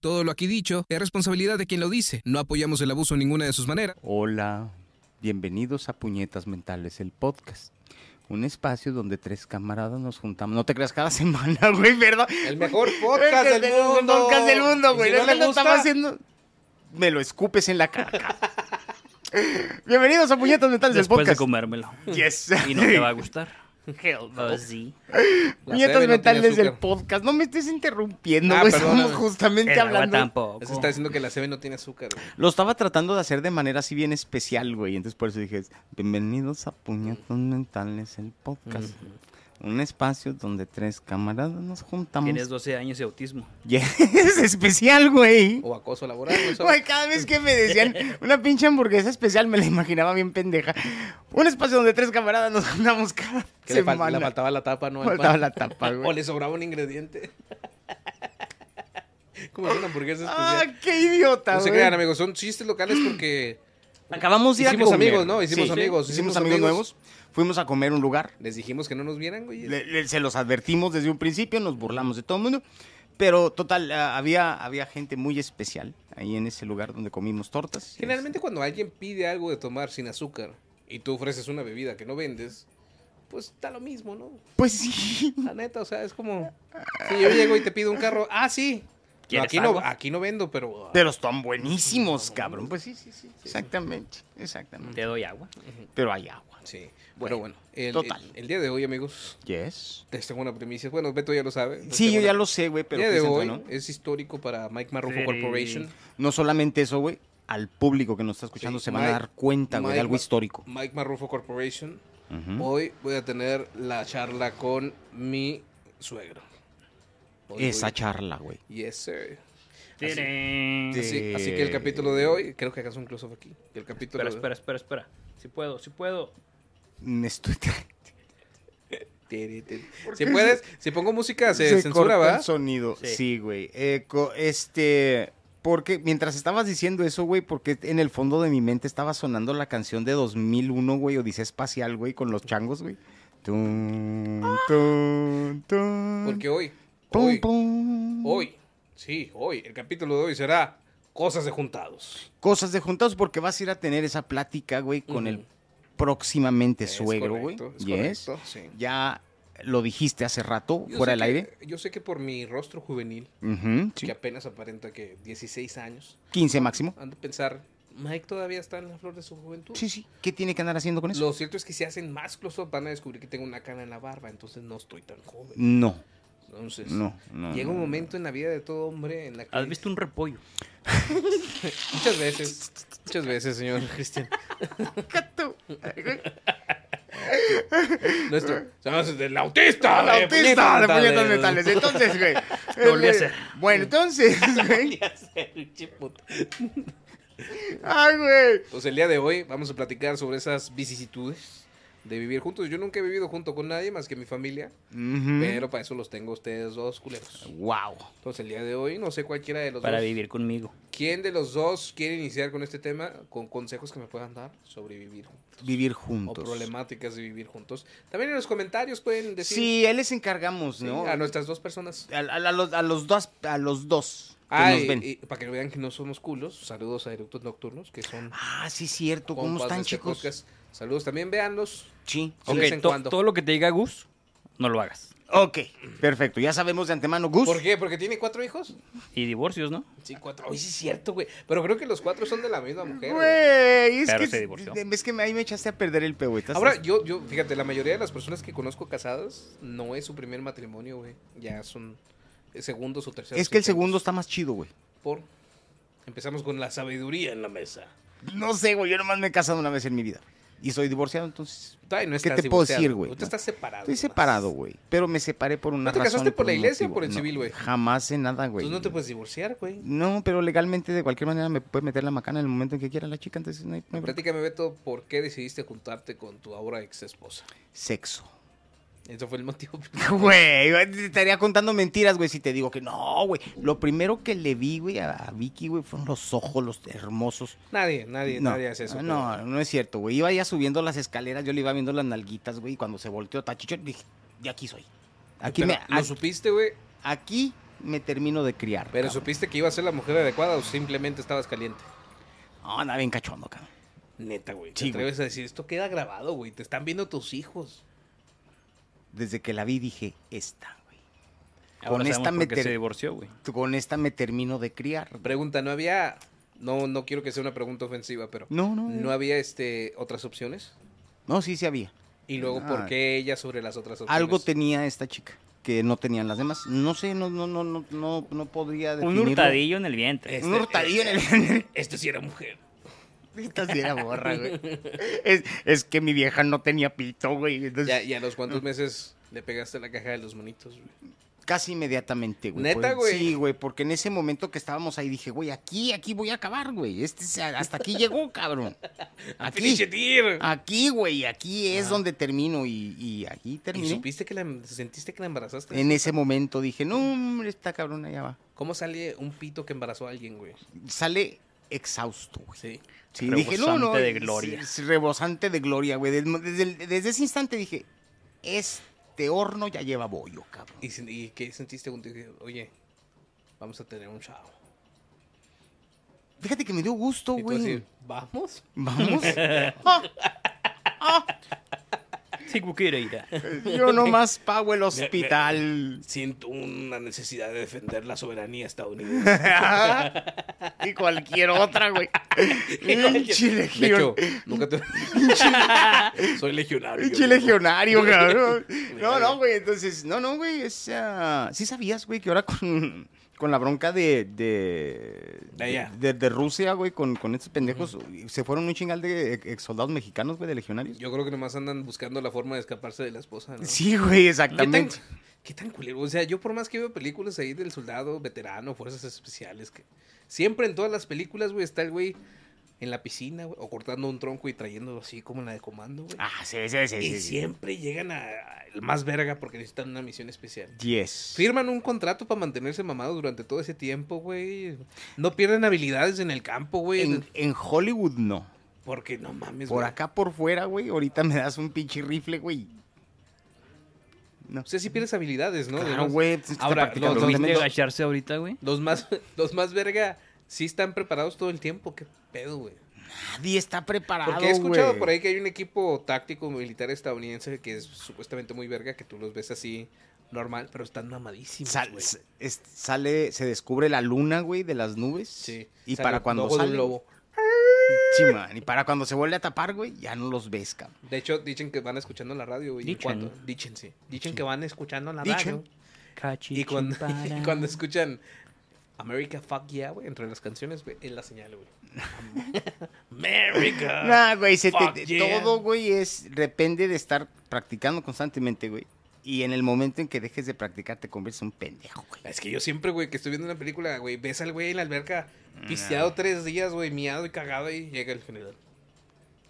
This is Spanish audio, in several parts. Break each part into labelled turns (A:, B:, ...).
A: Todo lo aquí dicho es responsabilidad de quien lo dice. No apoyamos el abuso en ninguna de sus maneras.
B: Hola, bienvenidos a Puñetas Mentales, el podcast. Un espacio donde tres camaradas nos juntamos. No te creas cada semana, güey, perdón.
C: El mejor podcast
B: Es el
C: del
B: mejor
C: mundo.
B: podcast del mundo, güey.
C: Y si
B: Es
C: no
B: que
C: le
B: lo
C: gusta,
B: estaba haciendo- Me lo escupes en la cara. bienvenidos a Puñetas Mentales, el
D: Después de
B: podcast.
D: comérmelo.
B: Yes.
D: Y no te va a gustar. Ah, sí.
C: la
B: Puñetas
C: chévere no tiene
B: Mentales, el
C: azúcar.
B: podcast. No me estés interrumpiendo,
C: Ah,
B: güey.
C: perdóname.
B: Estamos justamente
D: El agua
B: hablando.
D: tampoco.
C: Se pues está diciendo que la CB no tiene azúcar. güey.
B: Lo estaba tratando de hacer de manera así bien especial, güey. Entonces por eso dije, bienvenidos a Puñetos Mentales, el podcast. Un espacio donde tres camaradas nos juntamos.
D: Tienes 12 años de autismo.
B: Yes, es especial, güey.
C: O acoso laboral. no sé.
B: Güey, cada vez que me decían una pinche hamburguesa especial me la imaginaba bien pendeja. Un espacio donde tres camaradas nos juntamos cada
C: que le, fal-
B: semana.
C: le faltaba la tapa, ¿no? Al
B: Faltaba
C: pan.
B: la tapa,
C: O
B: güey.
C: le sobraba un ingrediente. Como hacer una hamburguesa
B: Ah,
C: especial.
B: qué idiota,
C: no se
B: güey.
C: crean, amigos. Son chistes locales porque
B: Acabamos de ir a
C: Hicimos
B: comer.
C: amigos, ¿no? Hicimos
B: Hicimos
C: amigos, hicimos
B: amigos
C: amigos.
B: nuevos. Fuimos a comer a un lugar.
C: les dijimos que no nos vieran, güey.
B: Le- le- se los advertimos desde un principio, nos burlamos de todo el mundo. Pero total, ah, había, había gente muy especial ahí en ese lugar donde comimos tortas.
C: Generalmente cuando alguien pide algo de tomar sin azúcar y tú ofreces una bebida que no vendes, pues está lo mismo, ¿no?
B: Es- Pues sí.
C: La neta, o sea, es como si yo llego y te pido un carro, ah, sí. No,
D: ¿Quieres
C: aquí no
D: agua?
C: aquí no vendo, pero ah,
B: Pero están buenísimos, cabrón. Pues sí, sí, sí. Exactamente, exactamente.
D: Te doy agua.
B: Pero hay agua.
C: sí. Bueno, bueno, el,
B: Total.
C: el- el día de hoy, amigos,
B: Yes.
C: les tengo una primicia. Bueno, Beto ya lo sabe. Les
B: Sí,
C: tengo
B: yo
C: una-
B: ya lo sé, güey, pero
C: el día de hoy
B: preséntalo, ¿no?
C: es histórico para Mike Marrufo
D: Sí.
C: Corporation.
B: No solamente eso, güey, al público que nos está escuchando
C: Sí,
B: se van a
C: Mike-
B: dar cuenta, güey, de
C: Mike
B: algo
C: Ma-
B: histórico.
C: Mike Marrufo Corporation.
B: Ujú.
C: Hoy voy a tener la charla con mi suegro. Hoy voy-
B: Esa charla, güey.
C: Yes, sir.
D: Tiene.
B: Sí.
C: Así, así
B: Eh,
C: que el capítulo de hoy, creo que hagas un close-up aquí. El capítulo
D: Espera,
C: de-
D: espera, espera, espera. Si puedo, si puedo.
B: Me estoy...
C: Tiri, tiri. Si puedes, si pongo música se,
B: corta
C: censura, ¿va?
B: el sonido.
D: Sí.
B: Sí, güey. Eh, co- este, porque mientras estabas diciendo eso, güey, porque en el fondo de mi mente estaba sonando la canción de 2001, güey, Odisea Espacial, güey, con los changos, güey. Tun, tun, tun.
C: Porque hoy,
B: Pum,
C: hoy,
B: pum.
C: hoy, sí, hoy, el capítulo de hoy será Cosas de Juntados.
B: Cosas de juntados porque vas a ir a tener esa plática, güey, con
C: Ujú.
B: el próximamente
C: Es
B: suegro, güey.
C: correcto, es
B: Yes.
C: correcto, sí.
B: Ya lo dijiste hace rato,
C: Yo sé
B: fuera del
C: que-
B: aire.
C: Yo sé que por mi rostro juvenil,
B: Ujú, sí.
C: que apenas aparenta que 16 años,
B: 15 máximo.
C: han de pensar, Mike todavía está en la flor de su juventud.
B: Sí, sí. ¿Qué tiene que andar haciendo con eso?
C: Lo cierto es que si hacen más close-up van a descubrir que tengo una cana en la barba, entonces no estoy tan joven.
B: No,
C: Entonces,
B: no, no.
C: llega un
B: no,
C: momento en la vida de todo hombre en la que...
D: ¿Has visto un repollo?
C: Muchas veces, muchas veces, señor Cristian. Nuestro, somos del autista. eh, pues,
B: no.
C: de
B: Autista de puñetas
C: de-
B: mentales. Entonces, güey. eh,
D: Lo volví a hacer.
B: Bueno, entonces, güey. Ay, güey.
C: Pues el día de hoy vamos a platicar sobre esas vicisitudes de vivir juntos. Yo nunca he vivido junto con nadie más que mi familia, pero para eso los tengo a ustedes dos culeros.
B: Wow.
C: Entonces el día de hoy no sé cualquiera de los
D: Para
C: dos.
D: vivir conmigo.
C: ¿Quién de los dos quiere iniciar con este tema con consejos que me puedan dar sobre vivir juntos?
B: Vivir
C: O
B: juntos.
C: problemáticas de vivir juntos. También en los comentarios pueden decir
B: Sí, él les encargamos,
C: sí,
B: ¿no?
C: a nuestras dos personas.
B: A, a- a los, a los dos, a los dos que
C: Ah,
B: nos
C: y-
B: ven.
C: y para que vean que no somos culos, saludos a Eructos Nocturnos, que son
B: ah, sí, cierto. ¿Cómo
C: compas de
B: están,
C: este
B: chicos?
C: podcast. Saludos también, véanlos.
B: Sí.
C: De
D: Ok,
C: vez en
D: to-
C: cuando.
D: todo lo que te diga Gus, no lo hagas.
B: Ok, perfecto. Ya sabemos de antemano, Gus.
C: ¿Por qué? ¿Porque tiene cuatro hijos?
D: Y divorcios, ¿no?
C: Sí, cuatro. Oye, sí es cierto, güey. Pero creo que los cuatro son de la misma mujer. güey.
B: Güey, es
D: Pero
B: que,
D: se divorció.
B: es que me- ahí me echaste a perder el peo. estás-
C: Ahora, yo, yo, fíjate, la mayoría de las personas que conozco casadas no es su primer matrimonio, güey. Ya son segundos o terceros.
B: es que el
C: intentos
B: segundo está más chido, güey.
C: Por... Empezamos con la sabiduría en la mesa.
B: No sé, güey. Yo nomás me he casado una vez en mi vida. Y soy divorciado, entonces.
C: Todavía no
B: ¿Qué
C: estás
B: te puedo
C: divorciado.
B: decir, güey?
C: Ahorita estás separado.
B: Estoy
C: nomás.
B: separado, güey. Pero me separé por una
C: ¿No te
B: razón.
C: casaste
B: y
C: por la
B: un
C: iglesia o
B: motivo.
C: por el
B: No,
C: civil, güey?
B: Jamás sé nada, güey.
C: Entonces no te puedes divorciar, güey.
B: No, pero legalmente, de cualquier manera, me puede meter la macana en el momento en que quiera la chica. Entonces no hay, no hay bronca.
C: Platícame, Beto, ¿por qué decidiste juntarte con tu ahora ex esposa?
B: Sexo.
C: Eso fue el motivo.
B: Güey, te estaría contando mentiras, güey, si te digo que no, güey. Lo primero que le vi, güey, a a Vicky, güey, fueron los ojos, los hermosos.
C: Nadie, nadie,
B: no,
C: nadie hace eso.
B: No,
C: pero-
B: no es cierto, güey. Iba ya subiendo las escaleras, yo le iba viendo las nalguitas, güey, y cuando se volteó Tachicho, dije, de aquí soy. Aquí
C: Pero,
B: me...
C: ¿Lo supiste, güey?
B: Aquí me termino de criar.
C: Pero
B: cabrón.
C: supiste que iba a ser la mujer adecuada o simplemente estabas caliente.
B: No, anda bien cachondo, cabrón.
C: Neta, güey.
B: Sí,
C: te atreves a decir, esto queda grabado, güey. Te están viendo tus hijos.
B: Desde que la vi dije, esta, güey.
D: Ahora
B: Con esta
D: sabemos por qué
B: meter-
D: se divorció, güey.
B: Con esta me termino de criar.
C: Pregunta, ¿no había... No, no quiero que sea una pregunta ofensiva, pero...
B: No, eh. no.
C: ¿No
B: No,
C: había este, otras opciones?
B: sí, sí había.
C: Y luego,
B: Ah.
C: ¿por qué ella sobre las otras opciones?
B: Algo tenía esta chica que no tenían las demás. No sé, no, no, no, no, no, no podría
D: Un
B: definirlo. Eh,
D: hurtadillo en el vientre.
B: Un hurtadillo en el...
C: Esto Este, eh, sí era mujer.
B: Esta sí era borra, güey. Es, es que mi vieja no tenía pito, güey. Entonces,
C: Ya, ya a los cuantos meses le pegaste la caja de los monitos, güey.
B: Casi inmediatamente, güey.
C: ¿Neta,
B: Pues,
C: güey?
B: Sí, güey, porque en ese momento que estábamos ahí dije, güey, aquí, aquí voy a acabar, güey. Este, es- hasta aquí llegó, cabrón. Aquí,
C: ¡Pinche tir!
B: aquí, güey, aquí es donde termino y, y aquí
C: ¿Y
B: terminé.
C: supiste que la, em, sentiste que la embarazaste?
B: En ese momento dije, no, hombre, esta cabrona ya va.
C: ¿Cómo sale un pito que embarazó a alguien, güey?
B: Sale exhausto, güey.
C: Sí.
B: Sí, dije, no,
D: Rebosante
B: no.
D: de
B: es-
D: gloria.
B: es rebosante de gloria, güey. Desde, desde el- desde ese instante dije, este horno ya lleva bollo, cabrón.
C: ¿Y, sen- y qué sentiste cuando dije, oye, vamos a tener un chavo?
B: Fíjate que me dio gusto,
C: Y tú
B: Oh, güey.
C: así, ¿vamos?
B: Vamos. Ah,
D: Sí, Cuquireira.
B: Yo nomás pago el hospital.
C: Siento una necesidad de defender la soberanía estadounidense.
B: y cualquier otra, güey. Pinche
C: De hecho,
B: legión.
C: nunca te... Soy legionario.
B: Pinche legionario, cabrón. No, no, güey. Entonces, no, no, güey. Es, ah, sí sabías, güey, que ahora con, con la bronca de. De,
C: De allá.
B: de- de Rusia, güey, con, con estos pendejos. Se fueron un chingal de ex soldados mexicanos, güey, de legionarios.
C: Yo creo que nomás andan buscando la forma de escaparse de la esposa, ¿no?
B: Sí, güey,
C: ¿Qué tan,
B: exactamente.
C: qué tan culero? O sea, yo por más que veo películas ahí del soldado, veterano, fuerzas especiales, que siempre en todas las películas, güey, está el güey en la piscina, güey, o cortando un tronco y trayéndolo así como en la de comando, güey.
B: Ah, sí, sí, sí.
C: y
B: sí, sí.
C: siempre llegan a, a el más verga porque necesitan una misión especial.
B: Yes.
C: Firman un contrato para mantenerse mamados durante todo ese tiempo, güey. No pierden habilidades en el campo, güey.
B: En, en Hollywood no.
C: Porque no mames,
B: Por
C: güey.
B: acá por fuera, güey. Ahorita me das un pinche rifle, güey. No.
C: O sea, sí pierdes habilidades, ¿no?
B: Claro,
C: Además,
B: güey. pues,
C: Ahora,
B: te practicas
C: los-
D: ¿Lo
B: los
D: viste
B: elementos.
D: agacharse ahorita, güey?
C: Los más, los más verga sí están preparados todo el tiempo. ¿Qué pedo, güey?
B: Nadie está preparado,
C: Porque he escuchado
B: güey.
C: por ahí que hay un equipo táctico militar estadounidense que es supuestamente muy verga, que tú los ves así normal, pero están mamadísimos,
B: Sal-
C: güey.
B: s- es- sale, se descubre la luna, güey, de las nubes.
C: Sí.
B: Y
C: Sale
B: para
C: un
B: cuando
C: ojo de un
B: sale,
C: lobo.
B: sí, man, y para cuando se vuelve a tapar, güey, ya no los ves, cabrón.
C: De hecho, dicen que van escuchando la radio, güey. y
D: Dicen.
C: cuando- Dicen, sí. Dicen que van escuchando la
B: Dicen.
C: radio. Y cuando, y cuando escuchan America Fuck Yeah, güey, entre las canciones, güey, es la señal, güey. America.
B: Nah, güey, se te-
C: Ah, fuck
B: te-
C: yeah.
B: todo, güey, es depende de estar practicando constantemente, güey. Y en el momento en que dejes de practicar te conviertes en un pendejo, güey.
C: Es que yo siempre, güey, que estoy viendo una película, güey, ves al güey en la alberca
B: Mm,
C: pisteado tres días, güey, miado y cagado y llega el general.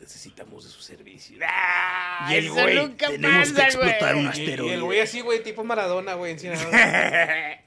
C: Necesitamos de su servicio. Ah,
B: y el güey, tenemos que explotar un
C: Y, y el güey así, güey, tipo Maradona, güey, encima.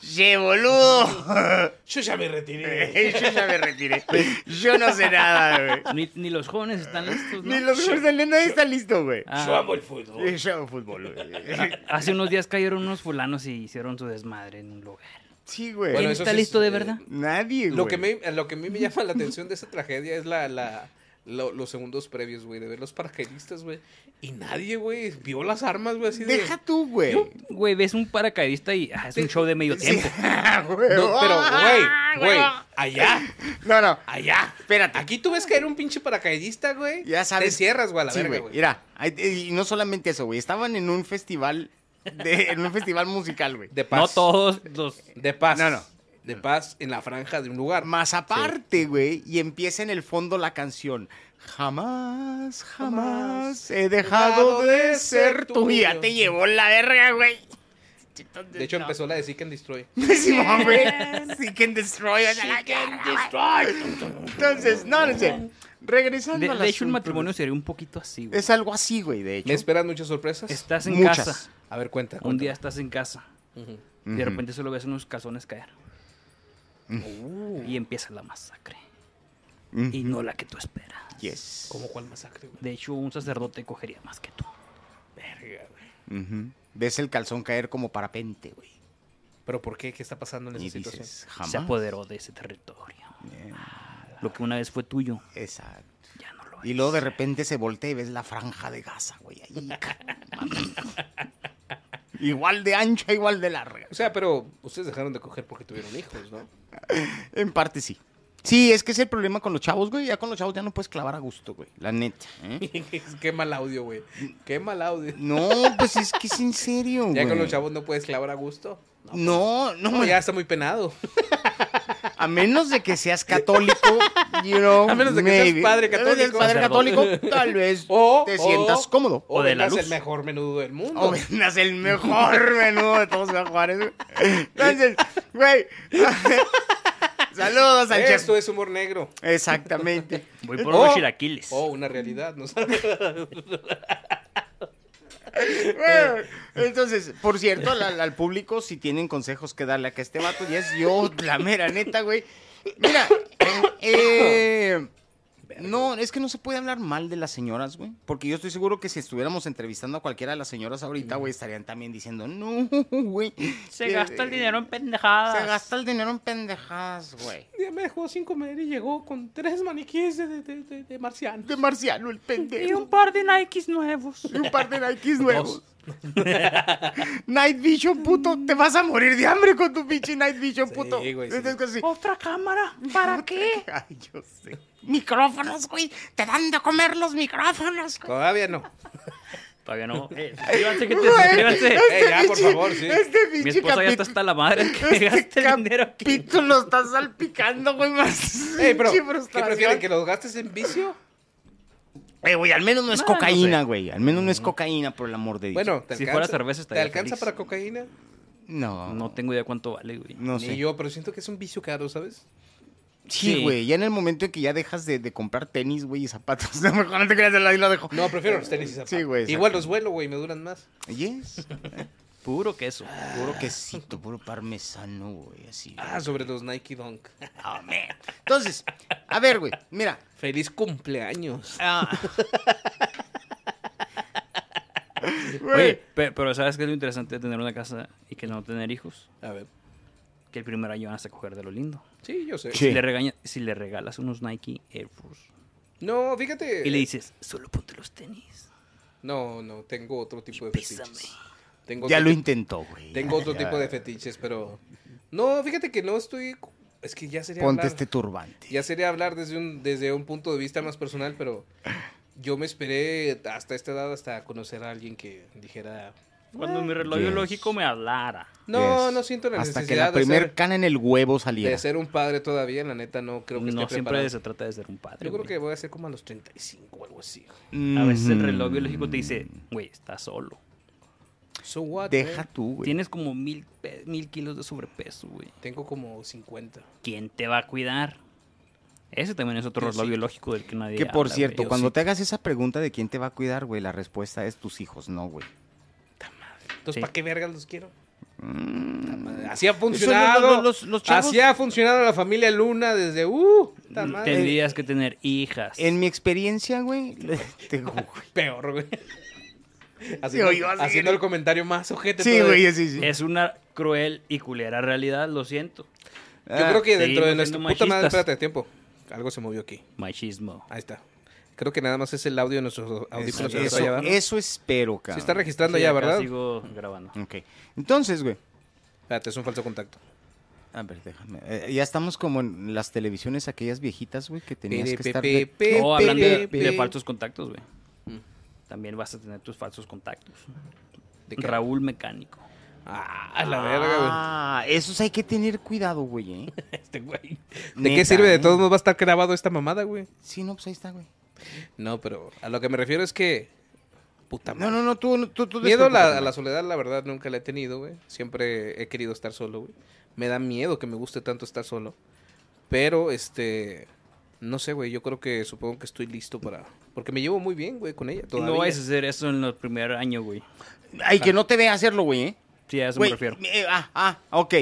B: ¡Sí, boludo!
C: Yo ya me retiré.
B: Yo ya me retiré. Yo no sé nada, güey.
D: Ni, ni los jóvenes están listos, ¿no?
B: Ni los Jordan nadie está listo, güey.
D: Ah,
C: Yo amo el fútbol.
B: Yo hago fútbol, güey.
D: hace unos días cayeron unos fulanos y hicieron su desmadre en un lugar.
B: Sí, güey.
C: Bueno, eso
D: está
C: sí es,
D: listo de
C: eh,
D: verdad?
B: Nadie, güey.
C: Lo que, me, lo que a mí me llama la atención de esa tragedia es la, la, lo- los segundos previos, güey, de ver los paracaidistas, güey. Y nadie, güey, vio las armas, güey, así de...
B: Deja tú, güey.
D: Güey, ves un paracaidista y ah, es un show de medio tiempo.
C: No, pero, güey, güey,
B: Ah,
C: allá,
B: No, no.
C: allá.
B: Espérate.
C: Aquí tú ves caer un pinche paracaidista, güey.
B: Ya sabes.
C: Te cierras, güey, a la
B: Sí,
C: verga,
B: güey.
C: güey.
B: Mira, ahí te- y no solamente eso, güey. Estaban en un festival, de, en un festival musical, güey.
C: De paz.
D: No todos los...
C: De paz.
B: No, no.
C: De paz en la franja de un lugar.
B: Más aparte, güey, y empieza en el fondo la canción. Jamás, jamás he dejado de ser tú. Y ya te llevó la verga, güey.
C: De hecho, empezó la de Seek and Destroy.
B: Simón, güey. Sí can destroy. a la verga, güey. Entonces, no, no sé. Regresando
D: De,
B: al
D: de hecho, un
B: asunto,
D: matrimonio sería un poquito así,
B: güey.
D: güey.
B: Es algo así, güey, de
C: Me
B: hecho.
C: esperan muchas sorpresas.
D: Estás en
B: Muchas.
D: casa.
C: A ver, cuenta.
D: Un
C: cuenta.
D: día estás en casa.
C: Ujú.
D: Y de repente solo ves unos calzones caer.
C: Uh,
D: Y empieza la masacre.
B: Ujú.
D: Y no la que tú esperas.
B: Mm. Yes.
C: ¿Cómo cuál masacre, güey?
D: De hecho, un sacerdote cogería más que tú.
C: Verga, güey.
B: Ujú. Ves el calzón caer como parapente, güey.
C: ¿Pero por qué? ¿Qué está pasando en esa
B: Y
C: situación?
B: dices, jamás.
D: Se apoderó de ese territorio.
B: Eh,
D: Lo que una vez fue tuyo,
B: Exacto.
D: ya no lo es.
B: Y luego de repente se voltea y ves la franja de Gaza, güey. ahí, cabrón. igual de ancha, igual de larga.
C: O sea, pero ustedes dejaron de coger porque tuvieron hijos, ¿no?
B: En parte sí. Sí, es que es el problema con los chavos, güey. Ya con los chavos ya no puedes clavar a gusto, güey. La neta. ¿eh?
C: qué mal audio, güey. Qué mal audio.
B: No, pues es que es en serio, güey.
C: Ya con los chavos no puedes clavar a gusto.
B: No, no,
C: No, ya está muy penado.
B: a menos de que seas católico, you know,
C: A menos de que seas
B: maybe.
C: padre
B: A menos de que seas padre
D: católico.
B: católico, tal vez
C: O
B: te
C: o-
B: sientas cómodo.
C: O,
D: O de la
C: vendas
D: luz.
C: el mejor menudo del mundo.
B: O vendas el mejor menudo de todos los Juárez, güey. Entonces, güey. Saludos, Sánchez.
C: Esto es humor negro.
B: Exactamente.
D: Voy por
C: Oh.
D: unos chilaquiles.
C: O una realidad, ¿no sabes?
B: Bueno, Eh, entonces, por cierto, al, al público, si tienen consejos que darle a que este vato, ya es yo, la mera neta, güey. Mira, eh, no, es que no se puede hablar mal de las señoras, güey. Porque yo estoy seguro que si estuviéramos entrevistando a cualquiera de las señoras ahorita, güey, estarían también diciendo, no, güey.
D: Se
B: eh,
D: gasta el dinero en
B: Se
D: pendejadas.
B: gasta el dinero en pendejadas, güey.
C: Un día me dejó sin comer y llegó con tres maniquíes de, de, de, de, de marciano.
B: De marciano, el
D: Y un
B: pendejo.
D: par de Nikes nuevos.
B: Y un par de Nikes nuevos. Night Vision, puto. Te vas a morir de hambre con tu pinche Night Vision,
C: Sí,
B: puto.
C: güey, sí.
B: Entonces, así,
D: Otra cámara. ¿Para qué?
B: Ay, yo sé. Micrófonos, güey. Te dan de comer los micrófonos, güey.
C: Todavía no.
D: Todavía no. Eh, suscríbanse, gente, suscríbanse.
C: Eh, ya, por
B: este pinche-
C: favor, sí.
B: Este
D: Mi
B: pinche
D: esposa ya
B: capítulo.
D: está hasta la madre que
B: Este
D: gaste el dinero aquí.
B: capítulo está salpicando, güey, más.
C: Ey, pero,
B: pinche
C: ¿qué
B: frustración.
C: prefieren? ¿Que los gastes en vicio?
B: Eh, güey, al menos no es
D: No, no
B: cocaína, güey. Al menos no es cocaína, por el amor de Dios.
C: Bueno, ¿te
D: Si
C: alcanza-
D: fuera cerveza,
C: ¿Te
D: estaría
C: alcanza
D: feliz.
C: para cocaína?
B: No.
D: No tengo idea cuánto vale, güey.
B: No
C: Ni
B: sé.
C: yo, pero siento que es un vicio caro, ¿sabes?
B: Sí,
D: Sí.
B: güey, ya en el momento en que ya dejas de, de comprar tenis, güey, y zapatos, no, mejor no te creas, ahí lo dejo.
C: No, prefiero los tenis y zapatos.
B: Sí, güey,
C: Igual los vuelo, güey, me duran más.
B: Yes.
D: Puro queso.
B: Puro quesito, puro parmesano, güey, así.
C: Ah, sobre los Nike Dunk.
B: Ah, man. Entonces, a ver, güey, mira.
C: Feliz cumpleaños.
D: Ah. Oye, pe- pero ¿sabes qué es lo interesante de tener una casa y que no tener hijos?
C: A ver.
D: Que el primer año vas a coger de lo lindo.
C: Sí, yo sé.
B: Sí.
D: Si, le regaña- si le regalas unos Nike Air Force
C: No, fíjate.
D: y le dices, solo ponte los tenis.
C: No, no, tengo otro tipo de
D: Písame.
C: fetiches. Tengo
B: ya
C: otro
B: lo
C: ti-
B: intentó, güey.
C: Tengo
B: Ya,
C: otro
B: ya.
C: tipo de fetiches, pero. No, fíjate que no estoy. Es que ya sería.
B: Ponte
C: hablar-
B: este turbante.
C: Ya sería hablar desde un, desde un punto de vista más personal, pero yo me esperé hasta esta edad hasta conocer a alguien que dijera.
D: Cuando mi reloj
B: Yes.
D: biológico me hablara.
C: No,
B: Yes.
C: no siento la
B: Hasta que
C: necesidad
B: la
C: de,
B: primer
C: ser,
B: cana en el huevo
C: de
B: saliera.
C: ser un padre todavía. La neta, no creo que
D: no
C: esté
D: siempre
C: preparado.
D: se trata de ser un padre.
C: Yo creo
D: güey.
C: que voy a ser como a los 35 o algo así.
D: A veces el
B: Mm.
D: reloj biológico te dice, güey, estás solo.
C: So what?
B: Deja
C: man?
B: tú, güey.
D: Tienes como mil, pe- mil kilos de sobrepeso, güey.
C: Tengo como 50.
D: ¿Quién te va a cuidar? Ese también es otro reloj
C: Diosito.
D: biológico del que nadie
B: Que por
D: habla,
B: cierto,
D: güey.
B: cuando
D: Diosito.
B: te hagas esa pregunta de quién te va a cuidar, güey, la respuesta es tus hijos, no, güey.
C: Entonces,
D: Sí.
C: ¿para qué vergas los quiero?
B: Mm.
C: Así ha
B: Eso,
C: funcionado.
B: los- los- los chavos-
C: así ha funcionado la familia Luna desde. ¡Uh! puta
D: Mm,
C: madre.
D: Tendrías que tener hijas.
B: En mi experiencia, güey, le- te- güey.
C: Peor, güey.
B: Sí, yo
C: Haciendo,
B: así-
C: haciendo el comentario más ojete.
B: Sí,
C: todavía.
B: güey, sí, sí.
D: Es una cruel y culera realidad, lo siento.
C: Yo creo que
D: Ah,
C: dentro de
D: seguimos
C: nuestra
D: siendo
C: puta madre,
D: machistas.
C: espérate, tiempo. Algo se movió aquí.
D: Machismo.
C: Ahí está. Creo que nada más es el audio de nuestros
B: Ah, Eso,
C: audífonos. que nos va a
B: eso-
C: llevar, ¿no?
B: eso espero, cabrón.
C: Sí está registrando
D: Sí,
C: ya,
D: acá
C: ¿verdad?
D: Sigo grabando.
B: Ok. Entonces, güey.
C: Espérate, es un falso contacto.
B: A ver, déjame. eh, ya estamos como en las televisiones aquellas viejitas, güey, que tenías que estar... de-
C: Pe,
D: Oh, hablando de,
C: pe,
D: de
C: pe. Mm.
D: falsos contactos, güey. También vas a tener tus falsos contactos.
C: ¿De qué?
D: Raúl Mecánico.
C: Ah, a la verga,
B: Ah, esos hay que tener cuidado, güey, ¿eh?
C: güey. Este güey. ¿De
B: Neta,
C: qué sirve?
B: ¿eh?
C: De todos modos va a estar grabado esta mamada, güey.
B: Sí, no, pues ahí está, güey.
C: No, pero a lo que me refiero es que. Puta madre.
B: No, no, no, tú... no, tú, tú
C: Miedo a la,
B: despreocúpate,
C: a la
B: güey.
C: soledad, la verdad, nunca la he tenido, güey. Siempre he querido estar solo, güey. Me da miedo que me guste tanto estar solo. Pero, este... No sé, güey. Yo creo que supongo que estoy listo para... Porque me llevo muy bien, güey, con ella. Todavía.
D: No vayas a hacer eso en el primer año, güey.
B: Ay, que no te vea hacerlo, güey, ¿eh?
D: Sí, a eso
B: Güey,
D: me refiero.
B: eh, ah, ah, ok.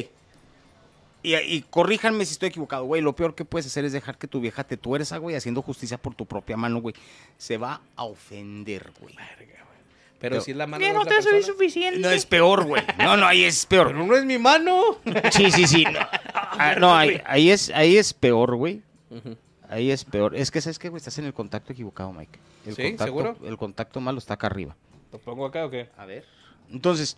B: Y, y corríjanme si estoy equivocado, güey. Lo peor que puedes hacer es dejar que tu vieja te tuerza, güey, haciendo justicia por tu propia mano, güey. Se va a ofender, güey.
C: Verga, güey. Pero
B: Pero-
C: si es la mano.
E: Que
C: de
E: no
C: la
E: te soy
C: persona.
E: suficiente.
B: No, es peor, güey. No, no, ahí es peor.
C: Pero no es mi mano.
B: Sí, sí, sí. No, Ah, no, ahí, ahí es, ahí es peor, güey. Ahí es peor. Es que, ¿sabes qué, güey? Estás en el contacto equivocado, Mike. El
C: Sí,
B: contacto,
C: ¿seguro?
B: El contacto malo está acá arriba.
C: ¿Lo pongo acá o qué?
B: A ver. Entonces,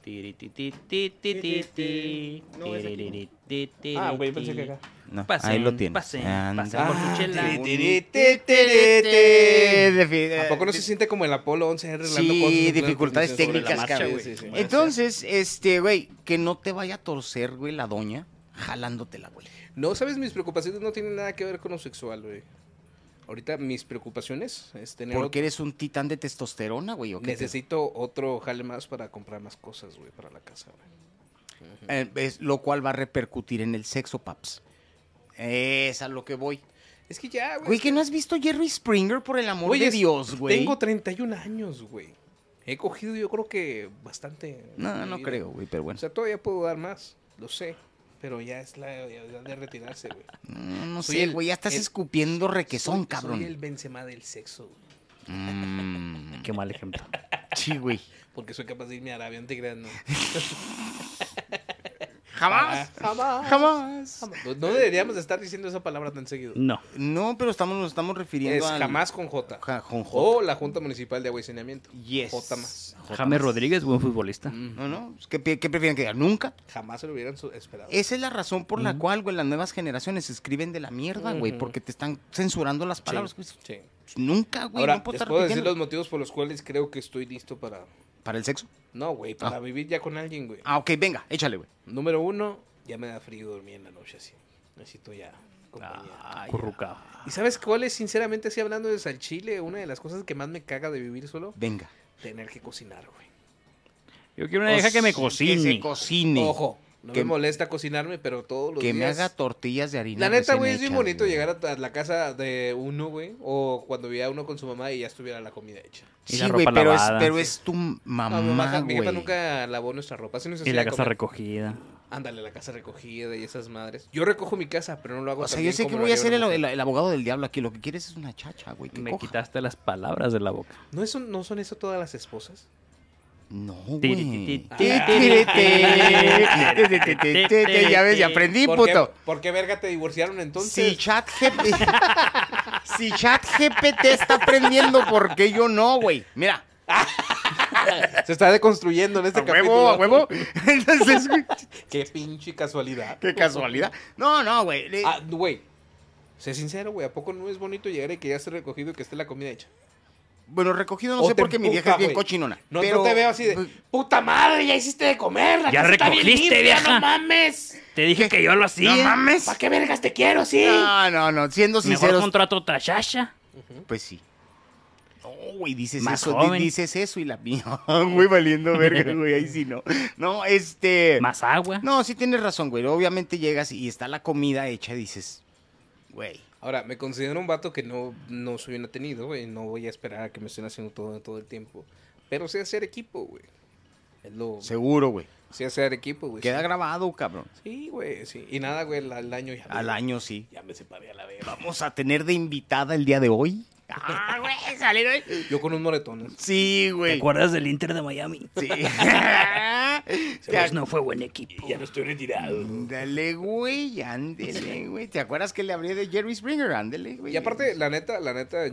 B: No, es
C: Ah, güey, pensé que acá. Ah,
B: no,
D: Pasen,
B: ahí lo tienes.
D: pasen,
B: Anda. Ah,
D: pasen por su chela.
B: tiri, tiri, tiri, tiri,
C: Defi-
B: tiri.
C: ¿A poco no se siente como el Apolo 11 arreglando
B: Sí,
C: cosas en plena
B: dificultades
C: competencia sobre la
B: técnicas,
C: marcha,
B: cabrón.
C: güey? Sí, sí, sí.
B: Entonces, este, güey, que no te vaya a torcer, güey, la doña jalándotela, güey.
C: No, sabes, mis preocupaciones no tienen nada que ver con lo sexual, güey. Ahorita mis preocupaciones es tener
B: Porque
C: otro-
B: eres un titán de testosterona, güey. ¿o qué te-
C: necesito otro jale más para comprar más cosas, güey, para la casa, güey.
B: Eh, es- lo cual va a repercutir en el sexo, paps. Es a lo que voy.
C: Es que ya, güey.
B: Güey, que no has visto Jerry Springer, por el amor
C: Güey,
B: de
C: es-
B: Dios, güey.
C: Tengo 31 años, güey. He cogido yo creo que bastante.
B: No,
C: en mi
B: no
C: vida.
B: creo, güey, pero
C: O
B: bueno.
C: sea, todavía puedo dar más, lo sé. Pero ya es la edad de retirarse, güey.
B: No, no
C: soy
B: sé,
C: el-
B: güey, ya estás
C: el-
B: escupiendo requesón,
C: Soy-
B: cabrón.
C: Soy el Benzema del sexo, güey.
B: Mm,
D: Qué mal ejemplo.
B: sí, güey.
C: Porque soy capaz de irme a Arabia, no te creas, no.
B: Jamás.
C: Ah, Jamás.
B: Jamás.
C: No, no deberíamos de estar diciendo esa palabra tan seguido.
D: No.
B: No, pero estamos, nos estamos refiriendo
C: Es
B: al-
C: jamás con J.
B: Ja- con J.
C: O la Junta Municipal de Agua y Saneamiento.
B: Yes.
C: J más.
B: J
D: James
B: más.
D: Rodríguez, buen futbolista.
B: No, no. ¿Qué, pi- qué prefieren que diga? Nunca.
C: Jamás se lo hubieran su- esperado.
B: Esa es la razón por la cual, güey, las nuevas generaciones escriben de la mierda, güey,
C: Ujú.
B: porque te están censurando las palabras. güey.
C: Sí.
B: Nunca, güey,
C: Ahora,
B: no puedo
C: les
B: estar
C: puedo decir
B: repitiendo.
C: los motivos por los cuales creo que estoy listo para...
B: Para el sexo.
C: No, güey, para vivir ya con alguien, güey.
B: Ah, ok, venga, échale, güey.
C: Número uno, ya me da frío dormir en la noche así. Necesito ya
B: Ah,
C: compañía.
D: Ay, Currucao.
C: ¿Y sabes cuál es, sinceramente, así hablando de salchile, una de las cosas que más me caga de vivir solo?
B: Venga.
C: Tener que cocinar, güey.
D: Yo quiero una vieja que me
B: Que se
D: cocine.
B: cocine.
C: Ojo, no
B: Que-
C: me molesta cocinarme, pero todos los
B: que me
C: días...
B: haga tortillas de harina.
C: La neta,
B: recién
C: güey, es bien
B: hechas,
C: bonito
B: güey.
C: llegar a a la casa de uno, güey. O cuando vivía uno con su mamá y ya estuviera la comida hecha.
D: Y la
B: Sí, güey,
D: ropa
B: pero, es,
D: lavada.
B: pero es tu
C: No, mi
B: mamá,
C: mi
B: güey.
C: jefa nunca lavó nuestra ropa. así nos
D: Y la
C: hacía
D: casa
C: comer.
D: recogida.
C: Ándale, la casa recogida y esas madres. Yo recojo mi casa, pero no lo hago
B: O sea,
C: tan
B: yo
C: bien
B: sé que
C: como lo
B: voy a
C: haría
B: ser
C: una
B: el,
C: mujer.
B: el- el abogado del diablo aquí. Lo que quieres es una chacha, güey. Que
D: Me
B: coja.
D: quitaste las palabras de la boca.
C: ¿No, eso, ¿No son eso todas las esposas?
B: No,
D: Tiri,
B: güey.
D: ti,
B: Ah.
D: ti,
B: Ti,
D: ti,
B: tiri,
D: ti,
B: ti, ti,
D: ti,
B: ti, ti,
D: ti,
B: ti, ti,
D: ti,
B: Ya ves, ya
D: ti.
B: aprendí,
C: ¿Por qué-
B: puto.
C: ¿Por qué verga te divorciaron
B: Si
C: entonces?
B: chat si chat GPT está aprendiendo, ¿por qué yo no, güey? Mira,
C: Se está deconstruyendo en este
B: a
C: capítulo.
B: huevo, a huevo. Entonces, güey,
C: Qué pinche casualidad.
B: qué casualidad. No, no, güey. le-
C: Ah, güey. Sé sincero, güey. ¿A poco no es bonito llegar y que ya esté recogido y que esté la comida hecha?
B: Bueno, recogido no
C: o
B: sé
C: te
B: por qué mi vieja
C: empuja,
B: es bien
C: güey.
B: cochinona.
C: No,
B: pero- pues
C: no te veo así de. ¡Puta madre! ¡Ya hiciste de comer! La
D: Ya
C: casa está bien
D: recogiste,
C: limpia,
D: vieja.
C: ¡No mames!
D: Te dije que yo lo hacía.
B: No mames.
C: ¿Para qué vergas te quiero, sí?
B: No, no, no. Siendo
D: Mejor
B: sinceros,
D: contrato otra Shasha.
B: Pues sí. No, güey, dices
D: Más
B: eso, di-
D: joven.
B: dices eso y la muy valiendo verga, güey, ahí sí no. No, este...
D: Más agua.
B: No, sí tienes razón, güey. Obviamente llegas y está la comida hecha y dices, güey,
C: Ahora, me considero un vato que no, no soy un atenido, güey. No voy a esperar a que me estén haciendo todo, todo el tiempo. Pero sé hacer equipo, güey. Es lo.
B: seguro, güey.
C: Sé hacer equipo, güey.
B: Queda
C: Pues sí.
B: grabado, cabrón.
C: Sí, güey, sí. Y nada, güey, al, al año ya.
B: Al año sí.
C: Ya me separé a la vez.
B: Vamos a tener de invitada el día de hoy. Ah, güey, salir hoy.
C: Yo con un moretón. ¿no?
B: Sí,
D: ¿Te
B: güey.
D: acuerdas del Inter de Miami?
B: Sí. Te
D: Pues no fue buen equipo.
C: Ya no estoy retirado.
B: Ándale, güey, ándele, güey. ¿Te acuerdas que le hablé de Jerry Springer? Ándele, güey.
C: Y aparte, la neta, la neta,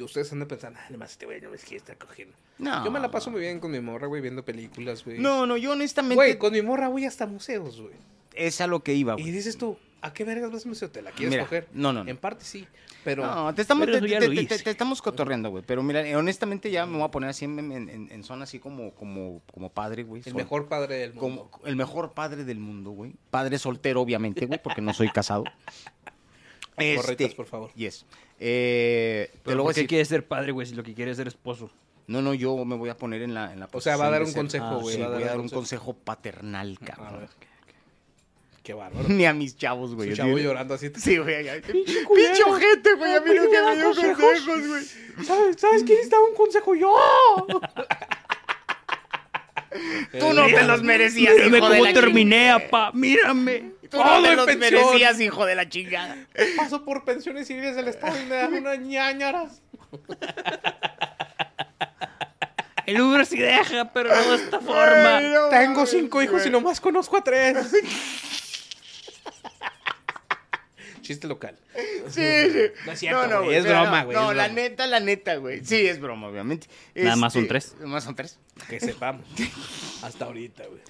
C: ustedes andan pensando, ah, además este güey no es que está cogiendo.
B: No.
C: Yo me la paso muy bien con mi morra, güey, viendo películas, güey.
B: No, no, yo honestamente
C: Güey, con mi morra voy hasta museos, güey.
B: es a lo que iba,
C: Y
B: Ah, güey.
C: dices tú, ¿a qué vergas vas a un museo? ¿Te la quieres
B: Mira,
C: coger?
B: no, no, no.
C: En parte sí, pero...
B: No, te estamos,
D: Pero
B: te,
D: eso ya
B: te-
D: lo
B: te-
D: hice.
B: te- te estamos cotorreando, güey. Pero mira, eh, honestamente ya me voy a poner así en, en- en- en zona así como, como, como padre, güey.
C: el
B: Sol-
C: mejor padre del mundo.
B: Como el mejor padre del mundo, güey. Padre soltero, obviamente, güey, porque no soy casado. Este,
C: Gorritas, por favor.
B: Yes. Eh, te lo voy a
D: ¿Por qué
B: decir.
D: quieres ser padre, güey, si lo que quieres es ser esposo?
B: No, no, yo me voy a poner en la, en la
C: O sea, va a
B: posición
C: dar
B: de
C: un
B: ser-
D: Ah,
C: consejo, güey.
B: Sí,
C: va
B: voy a dar un consejo paternal,
C: A
B: cabrón.
C: ver. Qué bárbaro.
B: Ni a mis chavos, güey.
C: Su
B: así
C: chavo
B: de-
C: llorando así.
B: Sí, güey. ya- Pinche ojete, güey. A mí no me dio consejos, güey.
C: Eh, ¿Sabes, ¿Sabes quién necesitaba un consejo yo?
B: Tú no te los merecías,
D: Mírame
B: hijo de la
D: cómo
B: chingada.
D: terminé, apa. Mírame.
B: Tú no
C: Todo
B: te
C: en
B: los
C: pensión.
B: merecías, hijo de la chingada.
C: Paso por pensiones civiles del Estado y me dan unas ñañaras.
D: El Uber sí deja, pero no de esta forma.
C: Tengo cinco hijos y nomás conozco a tres. Chiste local.
B: Sí, sí.
C: No es cierto, güey,
B: güey,
C: es
B: no,
C: broma,
B: no,
C: güey,
B: No,
C: es
B: la
C: broma.
B: neta, la neta, güey. Sí, es broma, obviamente.
D: Nada más son
B: Este,
D: tres.
B: Nada más son tres.
C: Que sepamos. Hasta ahorita, güey.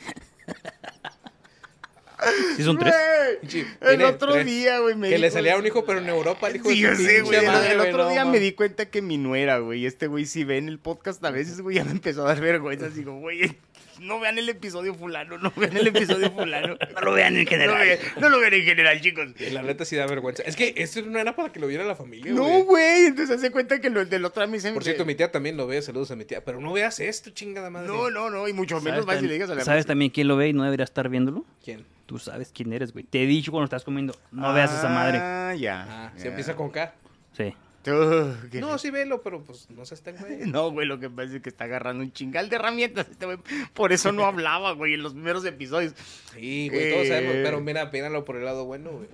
D: ¿Sí son tres?
B: Güey,
C: Sí,
B: el
C: tiene
B: otro
C: tres.
B: día, güey, me
C: Que le
B: dijo-
C: salía un hijo, pero en Europa, el hijo
B: Sí,
C: de
B: yo sé,
C: su pinche
B: güey. El,
C: madre,
B: el
C: güey,
B: otro
C: no
B: día me
C: mames.
B: di cuenta que mi nuera, güey, este güey, si ven el podcast a veces, güey, ya me empezó a dar vergüenza. Digo, güey, no vean el episodio fulano, no vean el episodio fulano.
D: No lo vean en
B: No,
D: general.
B: vean- no lo vean en general, chicos.
C: La neta sí da vergüenza. Es que esto no era para que lo viera la familia,
B: No, güey, entonces hace cuenta que lo del otro día me dice...
C: Por cierto, mi tía también lo ve. Saludos a mi tía. Pero no veas esto, chingada madre.
B: No, no, no, y mucho menos
D: ¿Sabes,
B: vas y
D: también-
B: le digas a la
D: ¿Sabes también quién lo ve y no debería estar viéndolo?
C: ¿Quién?
D: Tú sabes quién eres, güey. Te he dicho cuando estás comiendo, no veas esa madre.
B: Ah, ya.
C: Ah, se
B: ya.
C: empieza con K.
D: Sí.
B: Tú, que-
C: No, sí velo, pero pues no seas tan güey.
B: No, güey, lo que pasa es que está agarrando un chingal de herramientas este güey. Por eso no hablaba, güey, en los primeros episodios.
C: Sí, güey, todos sabemos.
B: Eh.
C: Pero mira, míralo por el lado bueno, güey.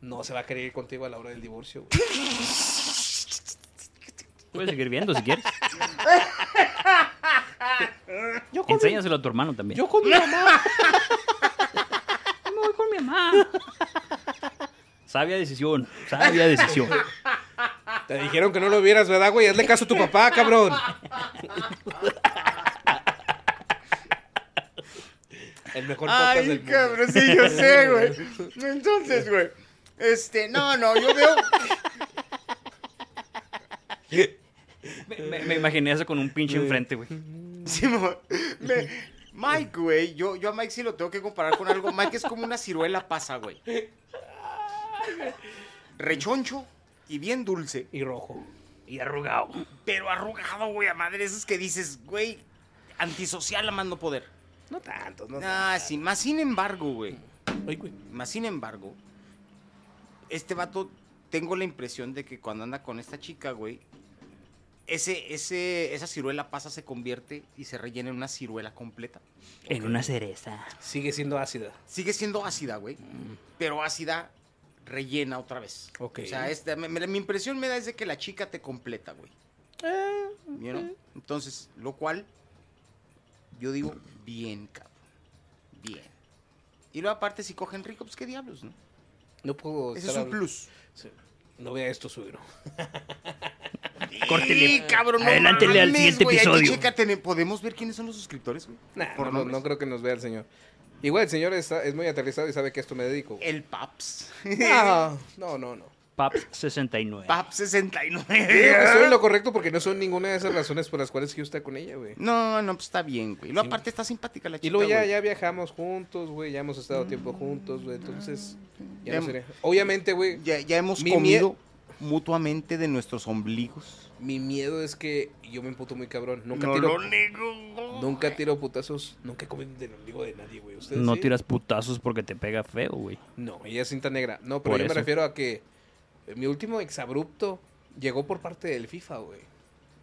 C: No se va a querer ir contigo a la hora del divorcio, güey.
D: Puedes seguir viendo si quieres.
C: Yo con, mi,
D: Enséñaselo a tu hermano también.
C: yo con mi mamá.
D: me voy con mi mamá. Sabia decisión, sabia decisión.
C: Te dijeron que no lo vieras, ¿verdad, güey? Hazle caso a tu papá, cabrón. El mejor podcast
B: Ay,
C: del mundo.
B: cabrón, sí, yo sé, güey. Entonces, güey, este, no, no, yo veo.
D: Me, me- me imaginé eso con un pinche enfrente, güey.
B: Sí, mo- me- Mike, güey, yo, yo a Mike sí lo tengo que comparar con algo. Mike es como una ciruela pasa, güey. Rechoncho y bien dulce,
C: Y rojo.
D: Y arrugado.
B: pero arrugado, güey, a madre. Esos que dices, güey, antisocial a más no poder.
C: No tanto, no
B: Ah, sí, más sin embargo, güey.
C: tanto. Ay, güey.
B: Más sin embargo, este vato, tengo la impresión de que cuando anda con esta chica, güey, ese, ese, esa ciruela pasa, se convierte y se rellena en una ciruela completa.
D: En una cereza.
C: Sigue siendo ácida.
B: Sigue siendo ácida, güey, pero ácida rellena otra vez.
C: Ok.
B: O sea, este, me- me- mi impresión me da es de que la chica te completa, güey. You know? Entonces, lo cual, yo digo, bien, cabrón. Bien. Y luego, aparte, si cogen rico, pues qué diablos, ¿no?
C: No puedo.
B: Ese es
C: estar
B: un
C: habl-
B: plus.
C: Sí. No vea esto, suegro.
B: Sí, cabrón. no
D: Adelántele al
B: mames,
D: siguiente
B: güey, hay que
D: episodio.
B: chécate, ¿ne- ¿Podemos ver quiénes son los suscriptores, güey?
C: Nah,
B: Por
C: no, no,
B: nombres.
C: no creo que nos vea el señor. Igual el señor está- es muy aterrizado y sabe que a esto me dedico. güey.
B: El Paps.
C: No, no, no. no.
D: Paps 69.
B: Paps
C: Yo creo que estoy en
B: 69.
C: lo correcto porque no son ninguna de esas razones por las cuales yo está con ella, güey.
B: No, no, pues está bien, güey. Lo
C: Sí.
B: aparte está simpática la chica.
C: Y luego ya,
B: güey.
C: ya viajamos juntos, güey. Ya hemos estado tiempo juntos, güey. Entonces,
B: Ya
C: ya no
B: hemos-
C: sería- Obviamente, güey,
B: Ya, ya hemos
C: Mi
B: comido mutuamente de nuestros ombligos.
C: mi miedo es que yo me emputo muy cabrón. Nunca
B: No
C: tiro.
B: lo niego.
C: Nunca tiro putazos. Nunca he comido del ombligo de nadie, güey. ¿Ustedes
D: No
C: sí?
D: tiras putazos porque te pega feo, güey.
C: No, ella es cinta negra. No, pero
D: Por
C: yo me
D: eso.
C: refiero a que eh, mi último exabrupto llegó por parte del FIFA, güey.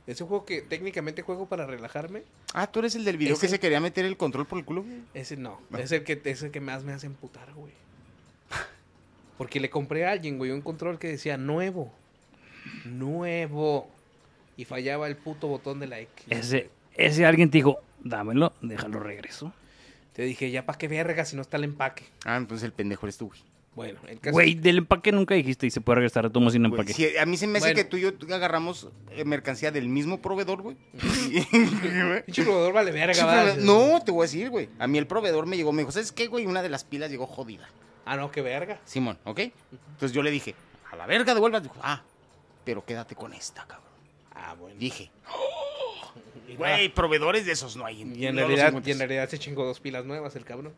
C: Ese juego que técnicamente juego para relajarme,
B: Ah, tú eres el del video
C: Ese-
B: que se quería meter el control por el culo, güey.
C: ese no.
D: Ah.
C: Es el que, es el que más me hace emputar, güey. Porque le compré a alguien, güey, un control que decía nuevo. Nuevo. Y fallaba el puto botón de la X.
D: Ese, ese alguien te dijo, dámelo, déjalo regreso.
C: Te dije, ya para qué verga si no está el empaque.
B: Ah, entonces el pendejo eres tú, güey.
C: Bueno, el caso.
D: Güey, del empaque nunca dijiste y se puede regresar a tomo sin
B: Güey,
D: empaque.
B: sí, a mí se me hace
C: Bueno.
B: que tú y yo agarramos eh, mercancía del mismo proveedor, güey.
C: Pinche jugador vale verga,
B: Sí,
C: ¿verdad?
B: pero- no, te voy a decir, güey. A mí el proveedor me llegó, me dijo, ¿sabes qué, güey? Una de las pilas llegó jodida.
C: Ah, no, qué verga.
B: Simón, ¿ok? Entonces yo le dije, a la verga devuelvas. Dijo, ah, pero quédate con esta, cabrón.
C: Ah, bueno.
B: Dije,
C: Y nada.
B: güey, proveedores de esos no hay.
C: Y en,
B: no los
C: realidad, y
B: encuentras".
C: en realidad se chingó dos pilas nuevas el cabrón.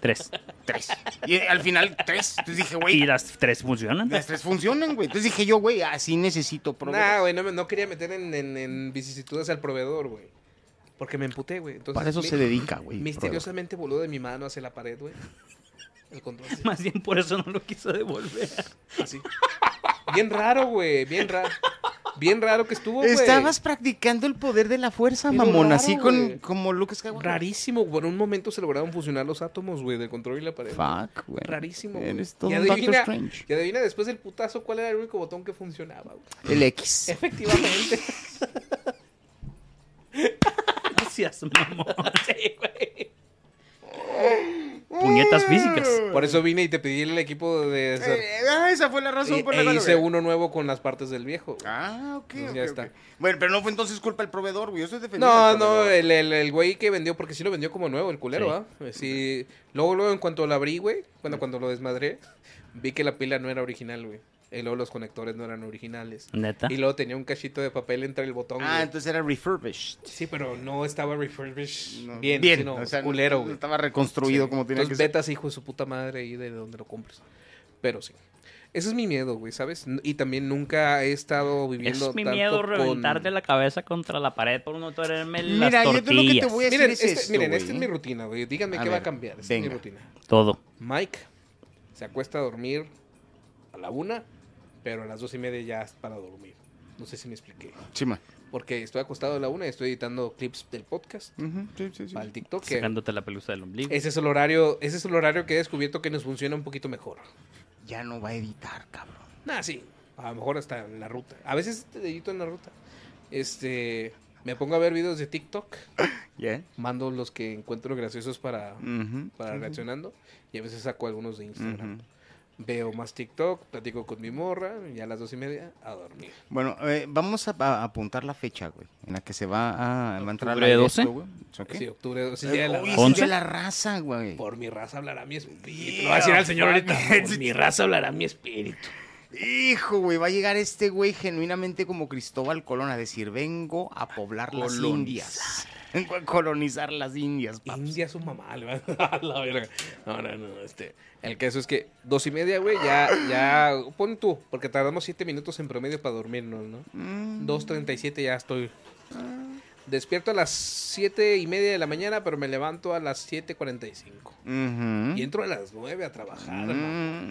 D: Tres.
B: Tres. Y eh, al final, tres. Entonces dije,
D: Y
B: güey,
D: las tres funcionan.
B: las tres funcionan, güey. Entonces dije yo, güey, así necesito proveedores.
C: Nah, güey, no, me- no quería meter en, en- en vicisitudes al proveedor, güey. Porque me emputé, güey. Entonces,
B: Para eso
C: mi-
B: se dedica, güey.
C: Misteriosamente voló de mi mano hacia la pared, güey. El control. así,
D: Más bien por eso no lo quiso devolver.
C: Así. Bien raro, güey. Bien raro. Bien raro que estuvo, güey.
B: Estabas practicando el poder de la fuerza,
C: Pero
B: mamón,
C: raro,
B: así con,
C: güey.
B: como Lucas Skywalker.
C: Rarísimo. Por un momento se lograron fusionar los átomos, güey, del control y la pared.
B: Fuck, güey.
C: Rarísimo, güey.
B: Eres todo
C: y,
B: un Doctor
C: adivina,
B: Strange.
C: y adivina después del putazo cuál era el único botón que funcionaba, güey.
B: El X.
C: Efectivamente.
D: Gracias, mamón.
C: Sí, güey.
D: Puñetas físicas.
C: Por eso vine y te pedí el equipo de...
B: Eh, ah, esa fue la razón
C: y-
B: por la
C: e
B: cual-
C: hice uno nuevo con las partes del viejo. güey.
B: Ah, ok,
C: Entonces
B: ok,
C: ya
B: ok.
C: está.
B: Bueno, pero no fue entonces culpa del proveedor, güey. Yo estoy defendiendo.
C: No, eh,
B: al
C: no,
B: proveedor. Ah,
C: el, el, el güey que vendió, porque sí lo vendió como nuevo, el culero, ¿ah? Sí. Luego, luego, en cuanto lo abrí, güey, cuando, cuando lo desmadré, vi que la pila no era original, güey. Y luego los conectores no eran originales.
D: Neta.
C: Y luego tenía un cachito de papel entre el botón,
B: Ah,
C: güey.
B: entonces era refurbished.
C: Sí, pero no estaba refurbished
B: No,
C: bien, sino
B: o sea,
C: culero,
B: no
C: güey.
B: Estaba reconstruido como tenía que
C: Entonces,
B: ser.
C: betas, hijo de su puta madre, ahí de donde lo compres. Pero sí. Ese es mi miedo, güey, ¿sabes? N- Y también nunca he estado viviendo
D: Es mi
C: tanto
D: miedo
C: con-
D: reventarte la cabeza contra la pared por no traerme
B: Mira,
D: las
B: yo te- lo que te
D: tortillas.
B: voy a decir
C: Miren,
B: es
C: este-
B: esto,
C: miren,
B: güey.
C: esta es mi rutina, güey. Díganme
B: A
C: qué va a
B: ver,
C: cambiar. Esta es mi
B: venga.
C: rutina.
D: Todo.
C: Mike se acuesta a dormir a la una, pero a las dos y media ya es para dormir. No sé si me expliqué.
B: Chima.
C: Porque estoy acostado a la una y estoy editando clips del podcast
B: Ujú, sí, sí, sí.
C: para el TikTok. que
D: Sacándote la pelusa del ombligo.
C: ese es el horario, ese es el horario que he descubierto que nos funciona un poquito mejor.
B: Ya no va a editar, cabrón.
C: Nah, sí. A lo mejor hasta en la ruta. A veces te edito en la ruta. Este, me pongo a ver videos de TikTok,
B: ¿Ya?
C: mando los que encuentro graciosos para,
B: Ujú.
C: para reaccionando y a veces saco algunos de Instagram.
B: Ujú.
C: Veo más TikTok, platico con mi morra y a las dos y media a dormir.
B: Bueno, eh, vamos a, a apuntar la fecha, güey, en la que se va a, va a entrar al
D: ¿Octubre
B: aire
D: 12?
B: esto, güey. ¿Es ok?
C: Sí, octubre 12
B: Eh,
C: día de la
B: oye,
C: raza.
B: es el
D: ¿Once?
B: día de la raza, güey.
C: Por mi raza hablará mi espíritu. Lo va a decir al señor ahorita. Por mi raza hablará mi espíritu.
B: Hijo, güey, va a llegar este güey genuinamente como Cristóbal Colón a decir, vengo a poblar las
C: Colonizar.
B: Indias. Vengo a colonizar las Indias, papi.
C: India su mamá, le va a a la verga. No, no, no, este. El caso es que dos y media, güey, ya, ya, pon tú, porque tardamos siete minutos en promedio para dormirnos, ¿no?
B: Mm.
C: 2.37 ya estoy. Despierto a las siete y media de la mañana, pero me levanto a las 7.45.
B: Ujú.
C: Y entro a las 9 a trabajar,
B: Mm,
C: hermano.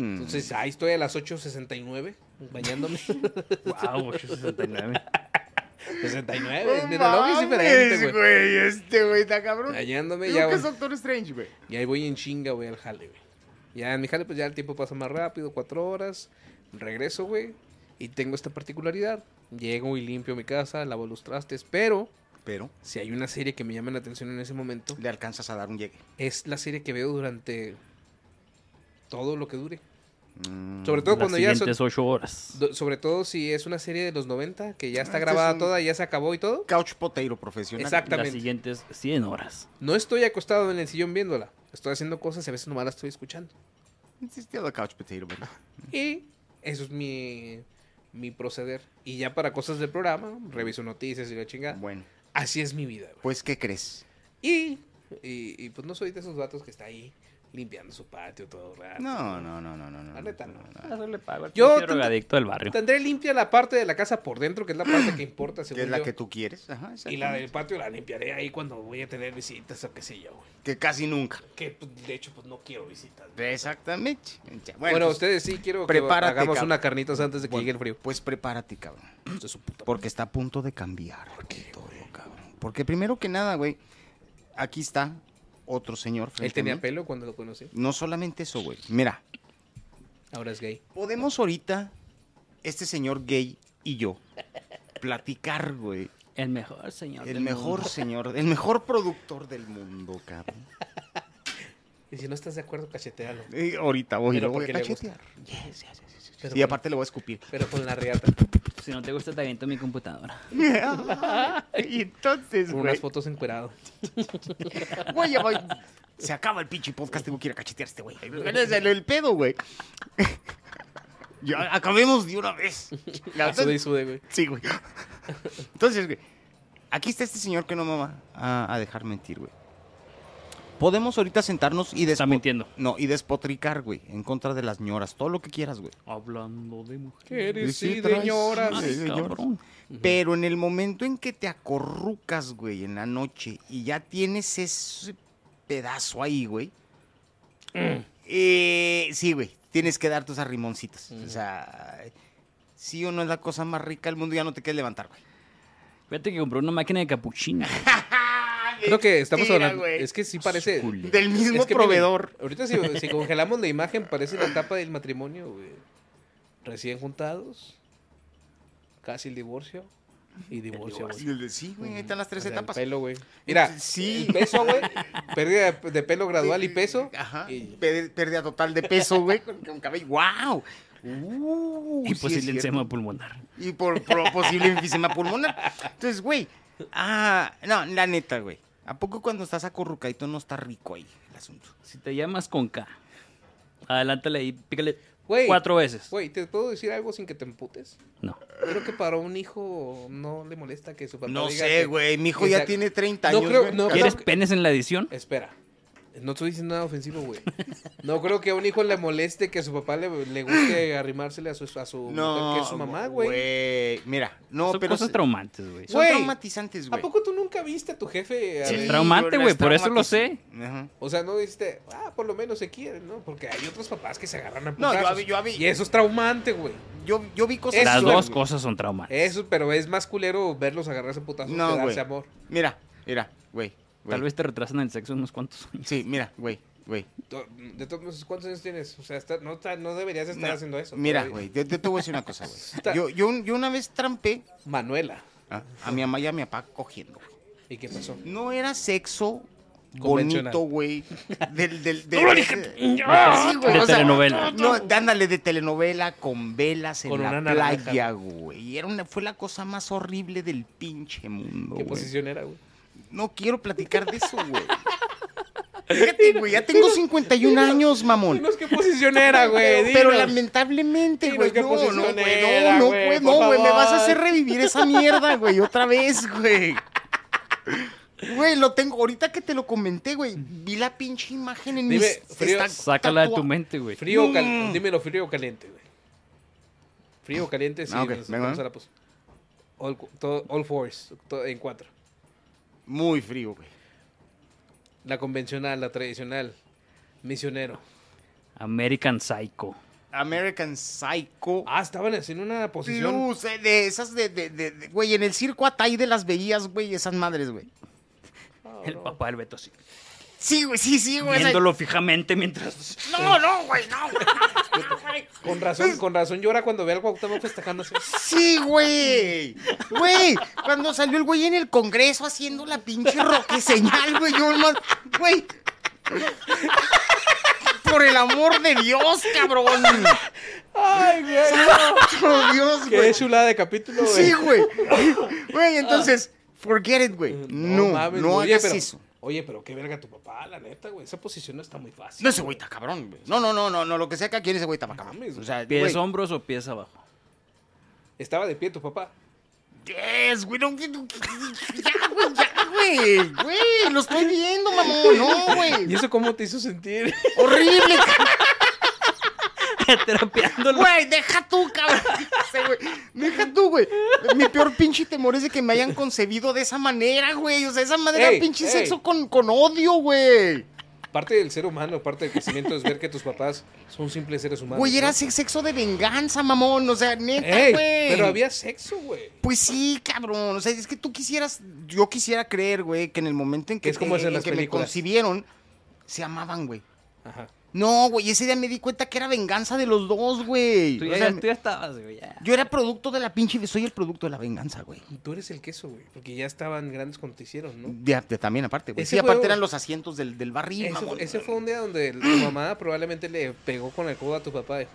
B: mm.
C: Entonces ahí estoy a las 8.69 bañándome.
D: Wow, 869.
C: 69,
B: No
C: mi reloj es
B: mames,
C: diferente, güey.
B: güey. Este güey está cabrón.
C: Bañándome
B: Digo
C: ya,
B: que
C: güey.
B: es Doctor Strange, güey.
C: Y ahí voy en chinga, güey, al jale, güey. Ya en mi jale, pues ya el tiempo pasa más rápido, cuatro horas. Regreso, güey. Y tengo esta particularidad. Llego y limpio mi casa, lavo los trastes. Pero
B: Pero
C: si hay una serie que me llama la atención en ese momento,
B: le alcanzas a dar un llegue.
C: es la serie que veo durante todo lo que dure.
B: Mm.
C: Sobre todo
D: Las
C: cuando ya... so-
D: siguientes ocho horas.
C: do- sobre todo si es una serie de los 90, que ya está
B: Ah, este
C: grabada
B: es un-
C: toda, ya se acabó y todo.
B: Couch potato profesional.
C: Exacto.
D: Las
C: exactamente.
D: siguientes 100 horas.
C: No estoy acostado en el sillón viéndola. Estoy haciendo cosas y a veces nomás la estoy escuchando.
B: It's still a couch potato, güey.
C: Y eso es mi, mi proceder. Y ya para cosas del programa, reviso noticias y la chingada.
B: Bueno,
C: Así es mi vida, güey.
B: pues, ¿qué crees?
C: Y, y, y, pues no soy de esos vatos que está ahí limpiando su patio todo el rato.
B: No, no, no, no, no. no
C: Ah, La neta no.
B: Ah,
C: Ah, Yo
D: Yo
C: te-
D: drogadicto del barrio.
C: Tendré limpia la parte de la casa por dentro, que es la parte que importa, según
B: Que es la
C: yo.
B: que tú quieres. Ajá,
C: Y la del
B: exactamente.
C: patio la limpiaré ahí cuando voy a tener visitas o qué sé yo, güey.
B: Que casi nunca.
C: Que pues, de hecho, pues no quiero visitas. güey.
B: Exactamente. Bueno,
C: Bueno,
B: pues,
C: ustedes sí quiero que
B: prepárate,
C: hagamos
B: cabrón.
C: una carnitas antes de que
B: bueno,
C: llegue el frío.
B: Pues prepárate, cabrón.
C: Hijos de su puta
B: Porque está a punto de cambiar todo, cabrón. Porque primero que nada, güey, aquí está otro señor.
C: madre. Él
B: frente a
C: tenía
B: mí.
C: pelo cuando lo conocí.
B: No solamente eso, güey. Mira,
C: Ahora es gay.
B: podemos ahorita, este señor gay y yo, platicar, güey.
D: El mejor señor.
B: El
D: del
B: mejor
D: mundo.
B: señor, el mejor productor del mundo, cabrón.
C: Y si no estás de acuerdo, cachetealo.
B: Eh, ahorita voy,
C: Pero
B: lo voy a
C: porque le gusta.
B: cachetear.
C: Pero
B: Y
C: con-
B: aparte le voy a escupir.
C: Pero con la riata.
D: Si no te gusta, te aviento mi computadora.
B: y entonces,
C: Con
B: güey,
C: unas fotos encuerado.
B: güey, ya voy- Se acaba el pinche podcast, tengo que ir a cachetear a este güey. Es el, el pedo, güey. ya, acabemos de una vez. La verdad-
C: Sude y sude, güey.
B: sí, güey. Entonces, güey, aquí está este señor que no me va a, a dejar mentir, güey. Podemos ahorita sentarnos y
D: Está
B: despo-
D: mintiendo.
B: No, y despotricar, güey, en contra de las ñoras, todo lo que quieras, güey.
D: Hablando de mujer.
C: Eres
B: Sí,
C: sí,
B: traes-
C: señora.
B: Ay,
D: Ay,
B: señor.
D: cabrón.
B: Pero en el momento en que te acorrucas, güey, en la noche y ya tienes ese pedazo ahí, güey. eh, sí, güey, tienes que dar tus arrimoncitos. O
C: Ujú.
B: sea, sí o no es la cosa más rica del mundo, ya no te quieres levantar, güey.
D: Fíjate que compré una máquina de capuchina.
C: Creo que estamos
B: Mentira,
C: hablando.
B: güey.
C: Es que sí parece.
B: Del
C: es
B: mismo
C: que, miren,
B: proveedor.
C: ahorita si, si congelamos la imagen, parece la etapa del matrimonio, güey. Recién juntados. Casi el divorcio. y divorcio, güey.
B: Y el de- Sí, güey, ahí están las
C: O
B: tres
C: sea, el
B: etapas.
C: pelo, güey. Mira,
B: Sí.
C: el peso, güey. Pérdida de- de pelo gradual y peso.
B: Ajá.
C: Y-
B: Pérdida pérdida total de peso, güey, con, con cabello. ¡Wow! Uh,
C: pues
B: sí es
D: Imposible
B: cierto.
D: encema pues pulmonar.
B: Y por, por posible enfisema pulmonar. Entonces, güey. Ah, no, la neta, güey. ¿A poco cuando estás acurrucadito no está rico ahí el asunto?
D: Si te llamas con K, adelántale ahí, pícale
C: Güey.
D: cuatro veces.
C: Güey, ¿te puedo decir algo sin que te emputes?
D: No.
C: Creo que para un hijo no le molesta que su papá
B: No
C: diga
B: sé,
C: que-
B: güey. Mi hijo
C: que
B: ya
C: sea-
B: tiene 30
C: No
B: años.
C: creo-
B: güey.
C: no creo-
D: ¿Quieres penes en la edición?
C: Espera. No estoy diciendo nada ofensivo, güey. No creo que a un hijo le moleste que a su papá le, le guste arrimársele a su, a su mujer, que es su mamá, güey.
B: Mira, no,
D: Son
B: pero.
D: cosas
B: se-
D: traumantes, güey.
B: son
C: Güey.
B: traumatizantes,
C: ¿A
B: güey.
C: poco tú nunca viste a tu jefe?
D: Sí,
C: eh,
D: traumante, güey,
B: las
D: por eso lo
B: traumatiz-
D: sé.
B: Ajá.
C: O sea, no dijiste, ah, por lo menos se quieren, ¿no? Porque hay otros papás que se agarran a
B: No, yo
C: putazos.
B: vi- yo vi-
C: Y eso es traumante, güey.
B: Yo, yo vi cosas.
C: Eso
D: Las
C: es güey.
D: dos cosas son
B: Eh,
D: traumantes.
C: Eso, pero es más culero verlos agarrarse a putazos
B: No,
C: que darse
B: güey.
C: amor.
B: Mira, mira, güey. güey.
D: Tal vez te retrasan el sexo unos cuantos años.
B: Sí, mira, güey, güey.
C: To- De todos modos, ¿cuántos años tienes? O sea, está- no, está- no deberías estar
B: No,
C: haciendo eso.
B: Mira,
C: todavía.
B: güey, yo, yo te voy a decir una cosa,
C: Está-
B: güey. Yo, yo, un- yo una vez trampé
C: Manuela.
B: a, ¿Ah? a mi mamá y a mi papá cogiendo. güey.
C: ¿Y qué pasó?
B: No era sexo
C: Convencional.
B: bonito, güey. Del, del, del-
D: No lo
B: de-
D: dije. Ah,
B: Sí, güey,
D: De
B: o sea,
D: telenovela.
B: No, ándale, de telenovela con velas en
C: Con
B: la
C: una naranja.
B: playa, güey. Era una, fue la cosa más horrible del pinche mundo,
C: ¿Qué
B: güey.
C: posición era, güey?
B: No quiero platicar de eso, güey. Fíjate, güey, ya tengo 51 años, mamón.
C: Dinos qué posición era, Ah, güey.
B: Pero
C: dinos.
B: lamentablemente,
C: Dinos
B: güey,
C: qué
B: no, no,
C: posición
B: güey,
C: era,
B: no, no,
C: güey,
B: pues,
C: por
B: no, güey, me vas a
C: favor.
B: hacer revivir esa mierda, güey, otra vez, güey. Güey, lo tengo, ahorita que te lo comenté, güey, vi la pinche imagen en
C: Dime,
B: mis...
C: frío,
B: está-
D: Sácala de tu
B: tatua-
D: mente, güey.
C: Frío o cal-
B: Mm.
C: Dímelo frío o caliente, güey. Frío o caliente, sí.
B: Ah, ok,
C: nos-
B: venga,
C: vamos
B: venga.
C: a la pos- All, cu- todo- all fours, todo en cuatro.
B: Muy frío, güey.
C: La convencional, la tradicional. Misionero.
D: American Psycho.
B: American Psycho.
C: Ah, estaban haciendo una posición.
B: Plus, eh, de esas de, de, de- de- güey, en el circo Atay de las veías, güey, esas madres, güey.
D: El papá del Beto, sí.
B: Sí, güey, sí, sí, güey. o sea,
D: Viéndolo fijamente mientras...
B: No, no, güey, no, güey, no, güey.
C: Con razón, con razón llora cuando ve al Cuauhtémoc festejando así.
B: Sí, güey. Güey, cuando salió el güey en el Congreso haciendo la pinche roque señal, güey, yo nomás- güey. Por el amor de Dios, cabrón.
C: Ay, güey.
B: Por Dios,
C: Qué
B: güey.
C: chulada de capítulo, güey.
B: Sí, güey. Güey, entonces, forget it, güey. No,
C: mames,
B: no
C: güey. Oye,
B: hagas
C: pero-
B: eso.
C: Oye, pero qué verga tu papá, la neta, güey. Esa posición no está muy fácil.
B: No, ese güey está cabrón, güey. No, no, no, no, no, lo que sea que aquí en ese güey está pa' cabrón.
C: Mames,
B: O sea, güey.
D: ¿Pies hombros o pies abajo?
C: Estaba de pie tu papá.
B: Yes, güey, no, que- no, que- ya, güey, ya, güey. Güey, lo estoy viendo, mamón. No, güey.
C: ¿Y eso cómo te hizo sentir?
B: Horrible, cabrón.
D: Terapeándolo.
B: Güey, deja tú, cabrón. Ese, güey. Deja tú, güey. Mi peor pinche temor es de que me hayan concebido de esa manera, güey. O sea, esa madre
C: Ey,
B: era pinche
C: ey.
B: sexo con, con odio, güey.
C: Parte del ser humano, parte del crecimiento es ver que tus papás son simples seres humanos.
B: Güey, era
C: ¿no?
B: se- sexo de venganza, mamón. O sea, neta,
C: Ey,
B: güey.
C: pero había sexo, güey.
B: Pues sí, cabrón. O sea, es que tú quisieras, yo quisiera creer, güey, que en el momento en que,
C: Es como es en
B: en
C: las
B: que me
C: películas.
B: concibieron, se amaban, güey.
C: Ajá.
B: No, güey, ese día me di cuenta que era venganza de los dos, güey. O
D: Tú ya,
B: sea,
D: tú ya estabas, güey. ya.
B: yo era producto de la pinche, soy el producto de la venganza, güey.
C: Tú eres el queso, güey. Porque ya estaban grandes cuando te hicieron, ¿no?
B: De- de- también aparte, güey.
C: Ese
B: Sí, aparte
C: juego-
B: eran los asientos del, del barril,
C: Ese,
B: mamón.
C: ese fue un día donde el- tu mamá probablemente le pegó con el codo a tu papá. eh.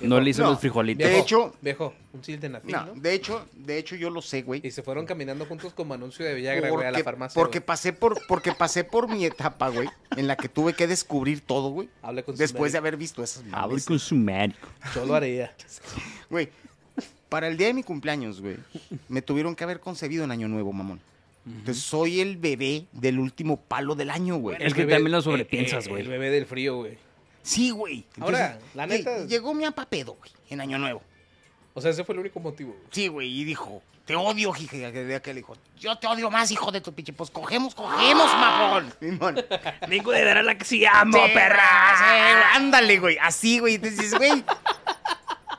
D: No le hizo
B: No.
D: los frijolitos.
C: Viejo,
B: hecho-
C: Viejo, un sildenafil,
B: No,
C: ¿no?
B: de hecho, de hecho yo lo sé, güey.
C: Y se fueron caminando juntos como anuncio de Villagra, güey, a la farmacia.
B: porque
C: güey.
B: pasé por porque pasé por mi etapa, güey, en la que tuve que descubrir todo, güey.
C: Hablé con su
B: Después de
C: médico.
B: haber visto esas
D: Hable
B: madres.
D: con su médico.
C: Yo lo haría.
B: Güey, para el día de mi cumpleaños, güey, me tuvieron que haber concebido en Año Nuevo, mamón. Entonces soy el bebé del último palo del año, güey.
D: El que también lo sobrepiensas,
C: eh, eh,
D: güey.
C: El bebé del frío, güey.
B: Sí, güey. Entonces,
C: Ahora, la
B: güey,
C: neta-
B: Llegó mi apapedo, güey, en Año Nuevo.
C: O sea, ese fue el único motivo. güey.
B: Sí, güey, y dijo, te odio, hija, y aquel- aquel dijo, yo te odio más, hijo de tu pinche, pues cogemos, cogemos, mamón. Simón.
D: Vengo de ver a la que sí amo,
B: Sí, sí, güey, ándale, güey, así, güey, y te dices, güey.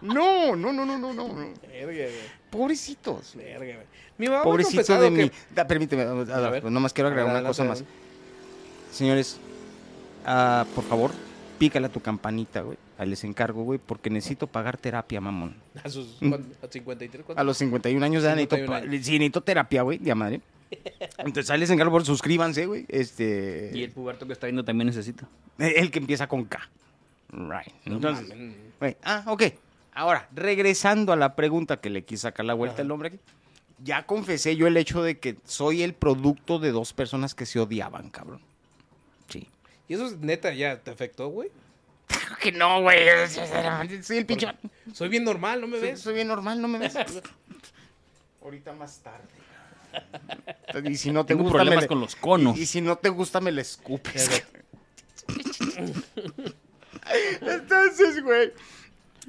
B: No, no, no, no, no, no, no.
C: Verga, güey.
B: Pobrecitos.
C: Verga, güey. Mi mamá me ha
B: Pobrecito
C: confesado
B: de
C: que-
B: mí. Da, permíteme, a- pues, a-
C: A ver.
B: nomás quiero agregar una
C: Adelante,
B: cosa más.
C: adelante.
B: Señores, ah, por favor, pícale a tu campanita, güey. Ahí les encargo, güey, porque necesito pagar terapia, mamón.
C: A sus ¿cuán- a 53, ¿cuánto?
B: A los 51 años ya necesito,
C: 51
B: pa- sí, necesito terapia, güey, de a madre. Entonces ahí les encargo, por suscríbanse, güey. Este,
D: Y el puberto que está viendo también necesita.
B: el... que empieza con K. Right. Entonces,
C: Mamen.
B: güey, ah, ok. Ahora, regresando a la pregunta que le quise sacar la vuelta
C: Ajá.
B: al hombre aquí. Ya confesé yo el hecho de que soy el producto de dos personas que se odiaban, cabrón. Sí.
C: Y eso es neta, ya te afectó, güey.
B: Claro que no, güey. Soy el pinche...
C: Soy bien normal, ¿no me
B: Soy,
C: ves?
B: soy bien normal, no me ves. Ahorita más tarde. Y si no te
D: Tengo
B: gusta,
D: problemas
B: me le-
D: con los conos.
B: Y, y si no te gusta, me la escupes. Entonces, güey.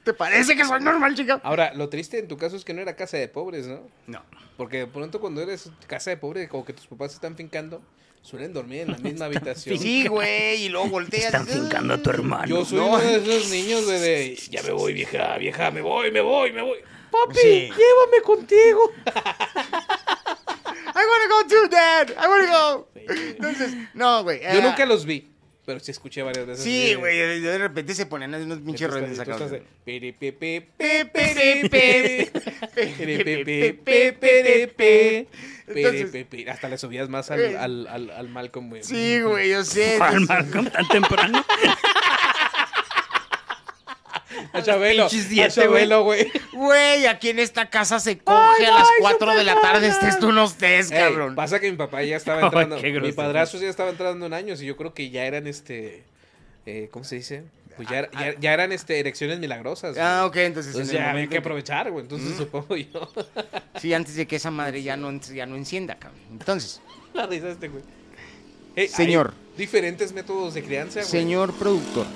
B: ¿Te parece que soy normal, chica?
C: Ahora, lo triste en tu caso es que no era casa de pobres, ¿no?
B: No.
C: Porque de pronto cuando eres casa de pobres, como que tus papás se están fincando, suelen dormir en la misma habitación.
B: Sí, güey. Y luego volteas.
D: Están fincando a tu hermano.
C: Yo soy
B: No.
C: uno de esos niños de, de, ya me voy, vieja, vieja, me voy, me voy, me voy. Papi,
B: Sí.
C: llévame contigo.
B: I wanna go too, dad. I wanna go. Entonces, no, güey.
C: Yo
B: eh,
C: nunca los vi, pero sí escuché varias veces.
B: Sí, güey. De de repente se ponen unos pinches redes acá.
C: Entonces, Hasta le subías más al, al, al, al Malcolm, güey.
B: Sí, güey, yo sé.
D: Al Malcolm tan temprano.
C: A Chabelo.
D: Pinches
C: A
D: siete, güey.
C: Chabelo, güey.
B: Güey, aquí en esta casa se coge a las 4 de la tarde, estés tú no estés,
C: Ey,
B: cabrón.
C: Pasa que mi papá ya estaba
D: Ay,
C: entrando.
D: qué
C: mi
D: grosero.
C: padrastro ya estaba entrando en años y yo creo que ya eran este. eh, ¿Cómo se dice? Pues ya, ya, ya eran este, erecciones milagrosas. güey.
B: Ah, ok, entonces,
C: Entonces
B: en el
C: ya había
B: momento-
C: que aprovechar, güey. Entonces supongo yo.
B: Sí, antes de que esa madre ya no, ya no encienda, cabrón. Entonces,
C: La risa de este, güey. Ey, hay
B: Señor.
C: diferentes métodos de crianza, güey.
B: señor productor,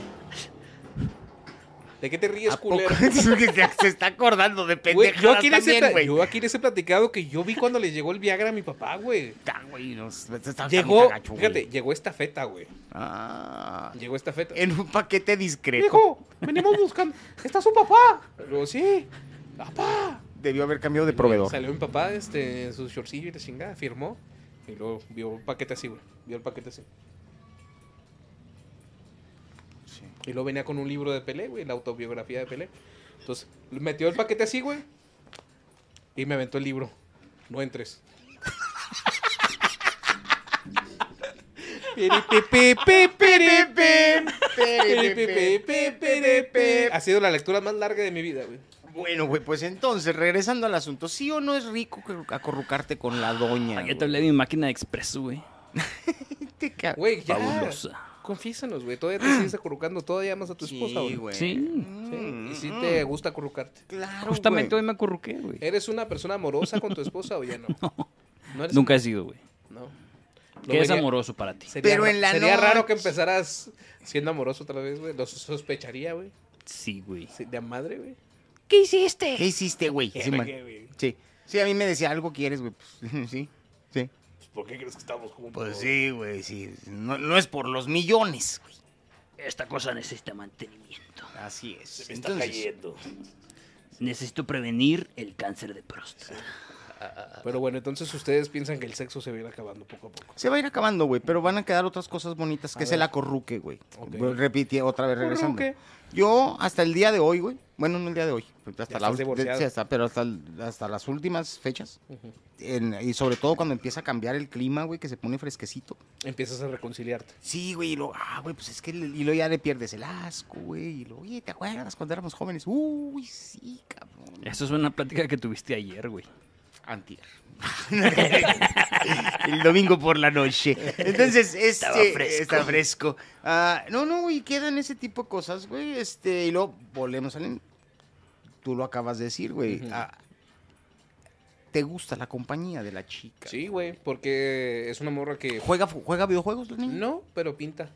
C: ¿De qué te ríes,
B: ¿a poco
C: culero?
B: que se, se está acordando de
C: Güey, yo,
B: pendejadas
C: aquí les he pla-
B: también, güey?
C: yo aquí les he platicado que yo vi cuando le llegó el Viagra a mi papá, güey.
B: Ah, güey, no, está- está
C: Llegó,
B: bien gacho, güey.
C: fíjate, llegó esta feta, güey.
B: Ah,
C: Llegó esta feta.
B: en un paquete discreto.
C: Viejo, venimos buscando. ¿Está su papá? Luego, sí. Papá.
B: Debió haber cambiado de proveedor.
C: Salió mi papá, este, en su shortcillo y la chingada, firmó. Y luego vio el paquete así, güey. Vio el paquete así. Y luego venía con un libro de Pelé, güey, la autobiografía de Pelé. Entonces, metió el paquete así, güey. Y me aventó el libro. No entres. Ha sido la lectura más larga de mi vida, güey.
B: Bueno, güey, pues entonces, regresando al asunto, ¿sí o no es rico que- acorrucarte con la doña?
D: Ay, yo te
B: güey?
D: hablé de mi máquina de expreso, güey.
B: Te ca-
C: Güey, ya.
D: Fabulosa.
C: Confiesanos, güey. Todavía te sigues acurrucando todavía más a tu esposa, güey.
D: Sí.
C: Sí, Y si
B: Mm,
C: te gusta acurrucarte.
B: Claro,
D: Justamente
B: güey.
D: hoy me acurruqué, güey.
C: ¿Eres una persona amorosa con tu esposa o ya no? No eres-
D: Nunca he sido, güey.
C: No. Lo
D: ¿Qué es
C: vería-
D: amoroso para ti?
C: Sería,
B: Pero
C: ra-
B: en la
C: sería raro
B: noche.
C: que empezaras siendo amoroso otra vez, güey. Lo sospecharía, güey.
D: Sí, güey.
C: Sí, De madre, güey.
D: ¿Qué hiciste?
B: ¿Qué hiciste, güey? Sí, man.
C: ¿Qué, güey?
B: Sí. Sí, a mí me decía, algo quieres, güey. Pues, sí, sí.
C: Pues, ¿Por qué crees que estamos juntos?
B: Pues sí, güey, sí. No, no es por los millones, güey.
D: Esta cosa necesita mantenimiento.
B: Así es.
C: Me está
B: Entonces,
C: cayendo.
D: Necesito prevenir el cáncer de próstata.
C: Pero bueno, entonces ustedes piensan que el sexo se va a ir acabando poco a poco.
B: Se va a ir acabando, güey, pero van a quedar otras cosas bonitas que
C: A
B: es
C: ver.
B: el acorruque, güey.
C: Ok.
B: Voy- Repite otra vez regresando.
C: Acorruque.
B: Yo hasta el día de hoy, güey. Bueno, no el día de hoy, pues, hasta
C: Ya
B: la
C: estás
B: ulti-
C: divorciado.
B: sí, hasta- pero hasta, el- hasta las últimas fechas. en- y sobre todo cuando empieza a cambiar el clima, güey, que se pone fresquecito.
C: Empiezas a reconciliarte.
B: Sí, güey, y luego, ah, güey, pues es que, le- y luego ya le pierdes el asco, güey, y luego, oye, ¿te acuerdas cuando éramos jóvenes? Uy, sí, cabrón.
D: Eso es una plática que tuviste ayer, güey.
B: Antier. el domingo por la noche. Entonces, este,
D: Estaba fresco.
B: está fresco. Ah, no, no, güey, quedan ese tipo de cosas, güey, este, y luego volvemos al... Tú lo acabas de decir, güey.
C: Ujú.
B: ah, ¿Te gusta la compañía de la chica?
C: Sí, güey, porque es una morra que
B: ¿Juega, fu- ¿Juega videojuegos la niña?
C: No, pero pinta.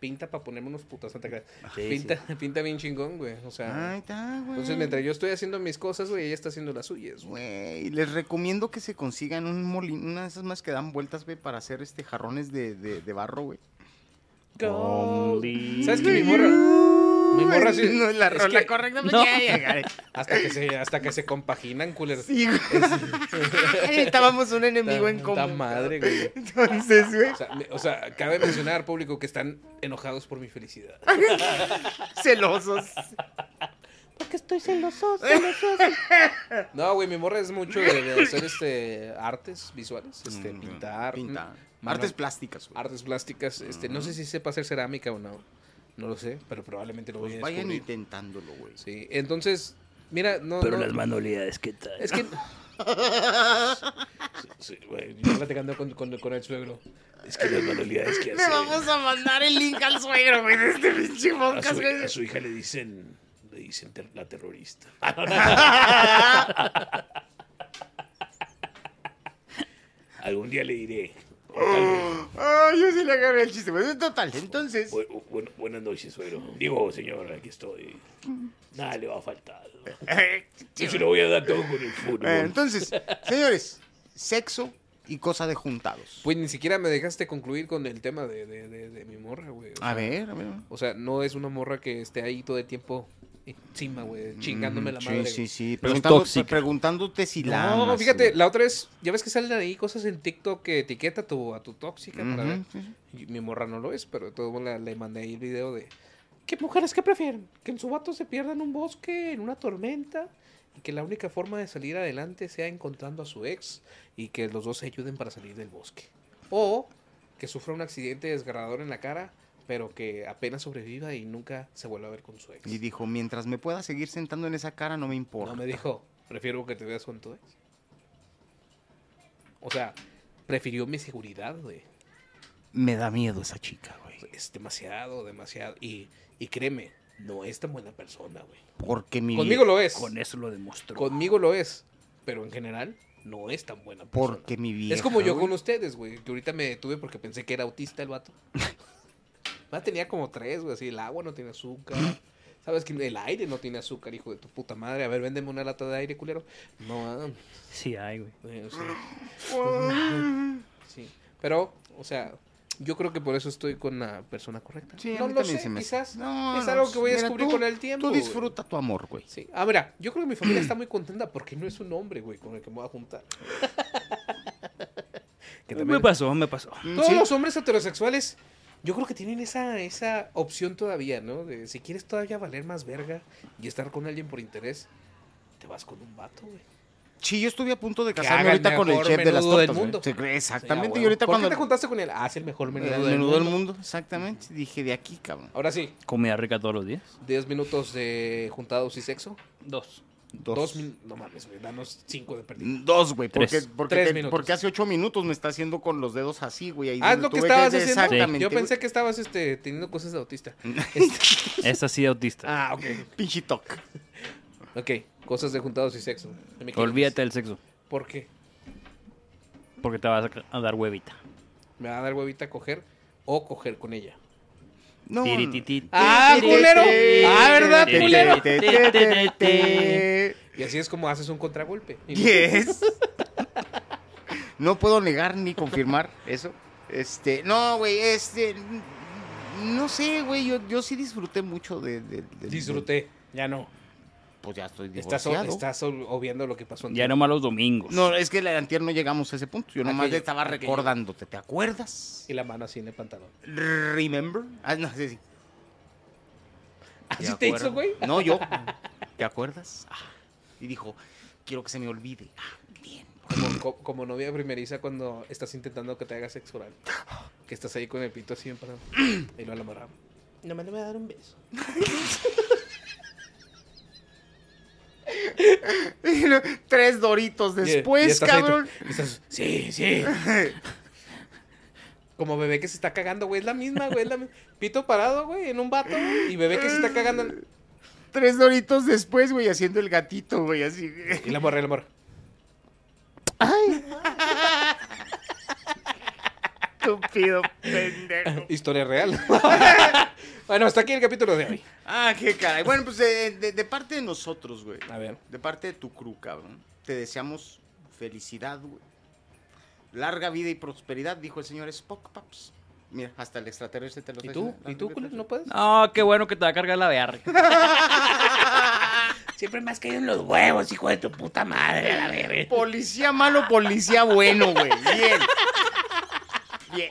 C: Pinta para ponerme unos putas, no te creas.
B: Ah,
D: sí.
C: pinta, pinta bien chingón, güey. O sea,
B: Ahí está, güey.
C: Ah. entonces mientras yo estoy haciendo mis cosas, güey, ella está haciendo las suyas, güey.
B: Güey, les recomiendo que se consigan un molino, una de esas más que dan vueltas, güey, para hacer este jarrones de, de- de barro, güey.
C: ¿Sabes qué, mi morra? Mi morra sí-
B: no es la
C: es
B: rola
C: que-
B: correcta. pues
D: No.
B: ya llegaré.
C: Hasta que se, hasta que se compaginan, culeros.
B: Sí, güey. Necesitábamos un enemigo en
C: Tanta
B: común.
C: madre, güey.
B: Entonces, güey,
C: O sea, me- o sea, cabe mencionar, público, que están enojados por mi felicidad.
B: celosos.
E: Porque estoy celoso, celoso.
C: No, güey, mi morra es mucho de, de hacer este artes visuales, este,
B: Mm,
C: pintar,
B: Pintar.
C: mm,
B: Artes
C: manual-
B: plásticas, güey.
C: artes plásticas, este, no sé si sepa hacer cerámica o no, no lo sé, pero probablemente lo voy
B: Pues
C: a
B: vayan
C: descubrir.
B: intentándolo, güey.
C: Sí, entonces, mira, no,
D: Pero
C: no-
D: las manualidades, ¿qué tal?
C: es que Sí, güey, yo platicando con, con, con el suegro. Es que las manualidades que
B: Le vamos a mandar el link al suegro, güey, de este pinche podcast, güey.
C: hija le dicen, le dicen la terrorista. Algún día le diré.
D: Oh.
B: Ay, yo sí le agarré el chiste, güey. Total, entonces.
C: buenas noches, suegro. Digo, señor, aquí estoy. Nada le va a faltar. Yo se lo voy a dar todo con el
B: Eh,
C: fútbol.
B: entonces, señores, sexo y cosa de juntados.
C: Pues ni siquiera me dejaste concluir con el tema de, de- de- de mi morra, güey. O sea,
B: A ver, a ver.
C: O sea, no es una morra que esté ahí todo el tiempo encima, güey, chingándome la madre.
B: Mm, Sí, sí,
C: güey.
B: sí.
D: No es
B: preguntando-
D: tóxica.
B: preguntándote si la.
C: No,
B: amas,
C: fíjate,
B: güey.
C: la otra vez, ya ves que salen ahí cosas en TikTok que etiqueta a tu, a tu tóxica. para ver.
B: Ujú, sí, sí.
C: Y Mi morra no lo es, pero de todo le, le mandé ahí el video de... ¿Qué mujeres que prefieren? Que en su vato se pierda en un bosque, en una tormenta, y que la única forma de salir adelante sea encontrando a su ex y que los dos se ayuden para salir del bosque. O que sufra un accidente desgarrador en la cara, pero que apenas sobreviva y nunca se vuelva a ver con su ex.
B: Y dijo, mientras me pueda seguir sentando en esa cara, no me importa.
C: No me dijo, prefiero que te veas con tu ex. O sea, prefirió mi seguridad, güey.
B: Me da miedo esa chica, güey.
C: Es demasiado, demasiado. Y, y créeme, no es tan buena persona, güey.
B: Porque mi.
C: Conmigo lo es.
D: Con eso lo demostró.
C: Conmigo lo es. Pero en general, no es tan buena persona.
B: Porque mi vida.
C: es como yo con ustedes, güey. Que ahorita me detuve porque pensé que era autista el vato. Ah, tenía como tres, güey. Así, el agua no tiene azúcar. Sabes que el aire no tiene azúcar, hijo de tu puta madre. A ver, véndeme una lata de aire, culero. No, ah,
D: Sí, hay, güey.
C: Eh, sí. Ah, Sí, pero, o sea, yo creo que por eso estoy con la persona correcta.
B: Sí, a
C: no
B: mí
C: lo
B: también
C: sé,
B: se me hace.
C: quizás
B: No,
C: es
B: no,
C: algo que voy a
B: mira,
C: descubrir
B: tú-
C: con el tiempo.
B: Tú
C: güey.
B: disfruta tu amor, güey.
C: Sí. Ah, mira, yo creo que mi familia está muy contenta porque no es un hombre, güey, con el que me voy a juntar. Que
D: Me
C: también-
D: pasó, me pasó.
C: Todos
B: Mm, Sí.
C: los hombres heterosexuales, yo creo que tienen esa, esa opción todavía, ¿no? De si quieres todavía valer más verga y estar con alguien por interés, te vas con un vato, güey.
B: Sí, yo estuve a punto de
C: Que
B: casarme
C: haga el
B: ahorita con el
C: mejor
B: chef de las
C: menudo del
B: tortas. güey.
C: mundo.
B: Sí,
C: Sí, ah,
B: Exactamente.
C: güey.
B: Y ahorita
C: ¿Por
B: cuando.
C: qué te juntaste con él? Hace el mejor
B: El
C: menudo, del,
B: menudo del
C: mundo.
B: mundo, exactamente. Dije, de aquí, cabrón.
C: Ahora sí,
D: Comida rica todos los días.
C: 10 minutos de juntados y sexo.
D: Dos.
C: Dos, min- No mames, güey, danos 5 de perdido.
B: Dos, güey, porque,
D: Tres.
B: porque,
C: Tres
B: te-
C: minutos.
B: porque hace ocho minutos me está haciendo con los dedos así, güey. ahí
C: Ah, es
B: donde
C: lo que
B: tuve
C: estabas
B: hacer
C: haciendo.
B: Exactamente.
C: Yo
B: güey.
C: pensé que estabas este, teniendo cosas de autista. Este-
D: Esa sí, autista.
C: ah, ok.
B: Pinche toc.
C: Ok, cosas de juntados y sexo. No me quejes.
D: Olvídate del sexo.
C: ¿Por qué?
D: Porque te vas a- a dar huevita.
C: ¿Me va a dar huevita a coger o coger con ella?
B: No.
D: Tirititi.
C: ¡Ah, culero! ¡Ah, verdad, culero!
B: culero!
C: Y así es como haces un contragolpe.
B: Yes. No puedo negar ni confirmar eso. Este, no, güey, este. No sé, güey, yo, yo sí disfruté mucho de. de- de-
C: Disfruté. Ya no.
B: Pues ya estoy
C: Estás,
B: divorciado.
C: estás obviando lo que pasó
D: Ya nomás los domingos.
B: No, es que la antier no llegamos a ese punto. Yo nomás
C: Aquello,
B: estaba
C: aquello.
B: recordándote, ¿te acuerdas?
C: Y la mano así en el pantalón.
B: Remember? Ah, no, sí, sí.
C: ¿Así te hizo,
B: acuerdas?
C: güey?
B: No, yo. ¿Te acuerdas? Ah. Y dijo, quiero que se me olvide. Ah, bien.
C: Como, co- como novia primeriza cuando estás intentando que te hagas sexo oral. Que estás ahí con el pito así bien parado. Y lo enamorado. No me voy a dar un beso.
B: Tres doritos
C: Y- y
B: después,
C: estás ahí tú-
B: cabrón.
C: y estás, sí, sí. Como bebé que se está cagando, güey. Es la misma, güey. Es la mi- Pito parado, güey, en un vato. güey, Y bebé que se está cagando.
B: Tres doritos después, güey, haciendo el gatito, güey, así.
C: Y la morra, y la morra.
B: Estúpido pendejo.
C: Historia real. bueno, hasta aquí el capítulo de hoy.
B: Ah, qué caray. Bueno, pues de, de- de parte de nosotros, güey.
C: A ver.
B: De parte de tu crew, cabrón. Te deseamos felicidad, güey. Larga vida y prosperidad, dijo el señor Spock Paps. Mira, hasta el extraterrestre te lo
C: ¿Y
B: está
C: tú?
B: diciendo.
C: ¿Y tú, culero, no puedes?
D: No, qué bueno que te va a cargar la VR.
E: Siempre me has caído en los huevos, hijo de tu puta madre, a la bebé.
B: Policía malo, policía bueno, güey. Bien. Bien.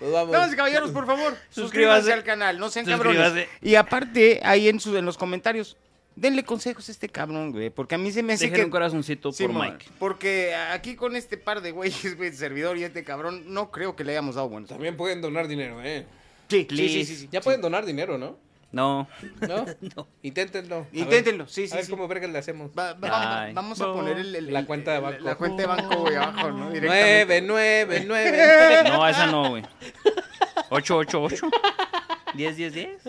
C: Nos vamos.
B: Damas y caballeros, por favor, suscríbanse,
D: Suscríbase.
B: al canal, no sean
D: Suscríbase.
B: cabrones. Y aparte, ahí en, su- en los comentarios, denle consejos a este cabrón, güey, porque a mí se me hace
D: Dejen
B: que...
D: un corazoncito por
B: Simón,
D: Mike.
B: Porque aquí con este par de güeyes, güey, servidor y este cabrón, no creo que le hayamos dado buenos.
C: También pueden donar dinero, ¿eh?
B: Sí, sí,
D: please.
B: sí, sí, sí.
C: Ya pueden donar dinero, ¿no?
D: No.
C: ¿No? Inténtenlo. A ver.
B: Inténtenlo, sí, sí,
C: A ver
B: sí.
C: cómo verga le hacemos.
B: Va- va- va-
D: Ay.
B: vamos a poner el, el-
C: La
B: el-
C: cuenta de banco.
B: La cuenta de banco, güey, abajo, ¿no? Directamente.
C: Nueve, nueve, nueve.
D: No, esa no, güey. 8, 8, 8. 10, 10, 10.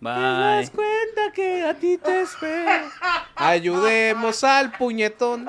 D: Bye.
C: cuenta que a ti te espero. Ayudemos al puñetón.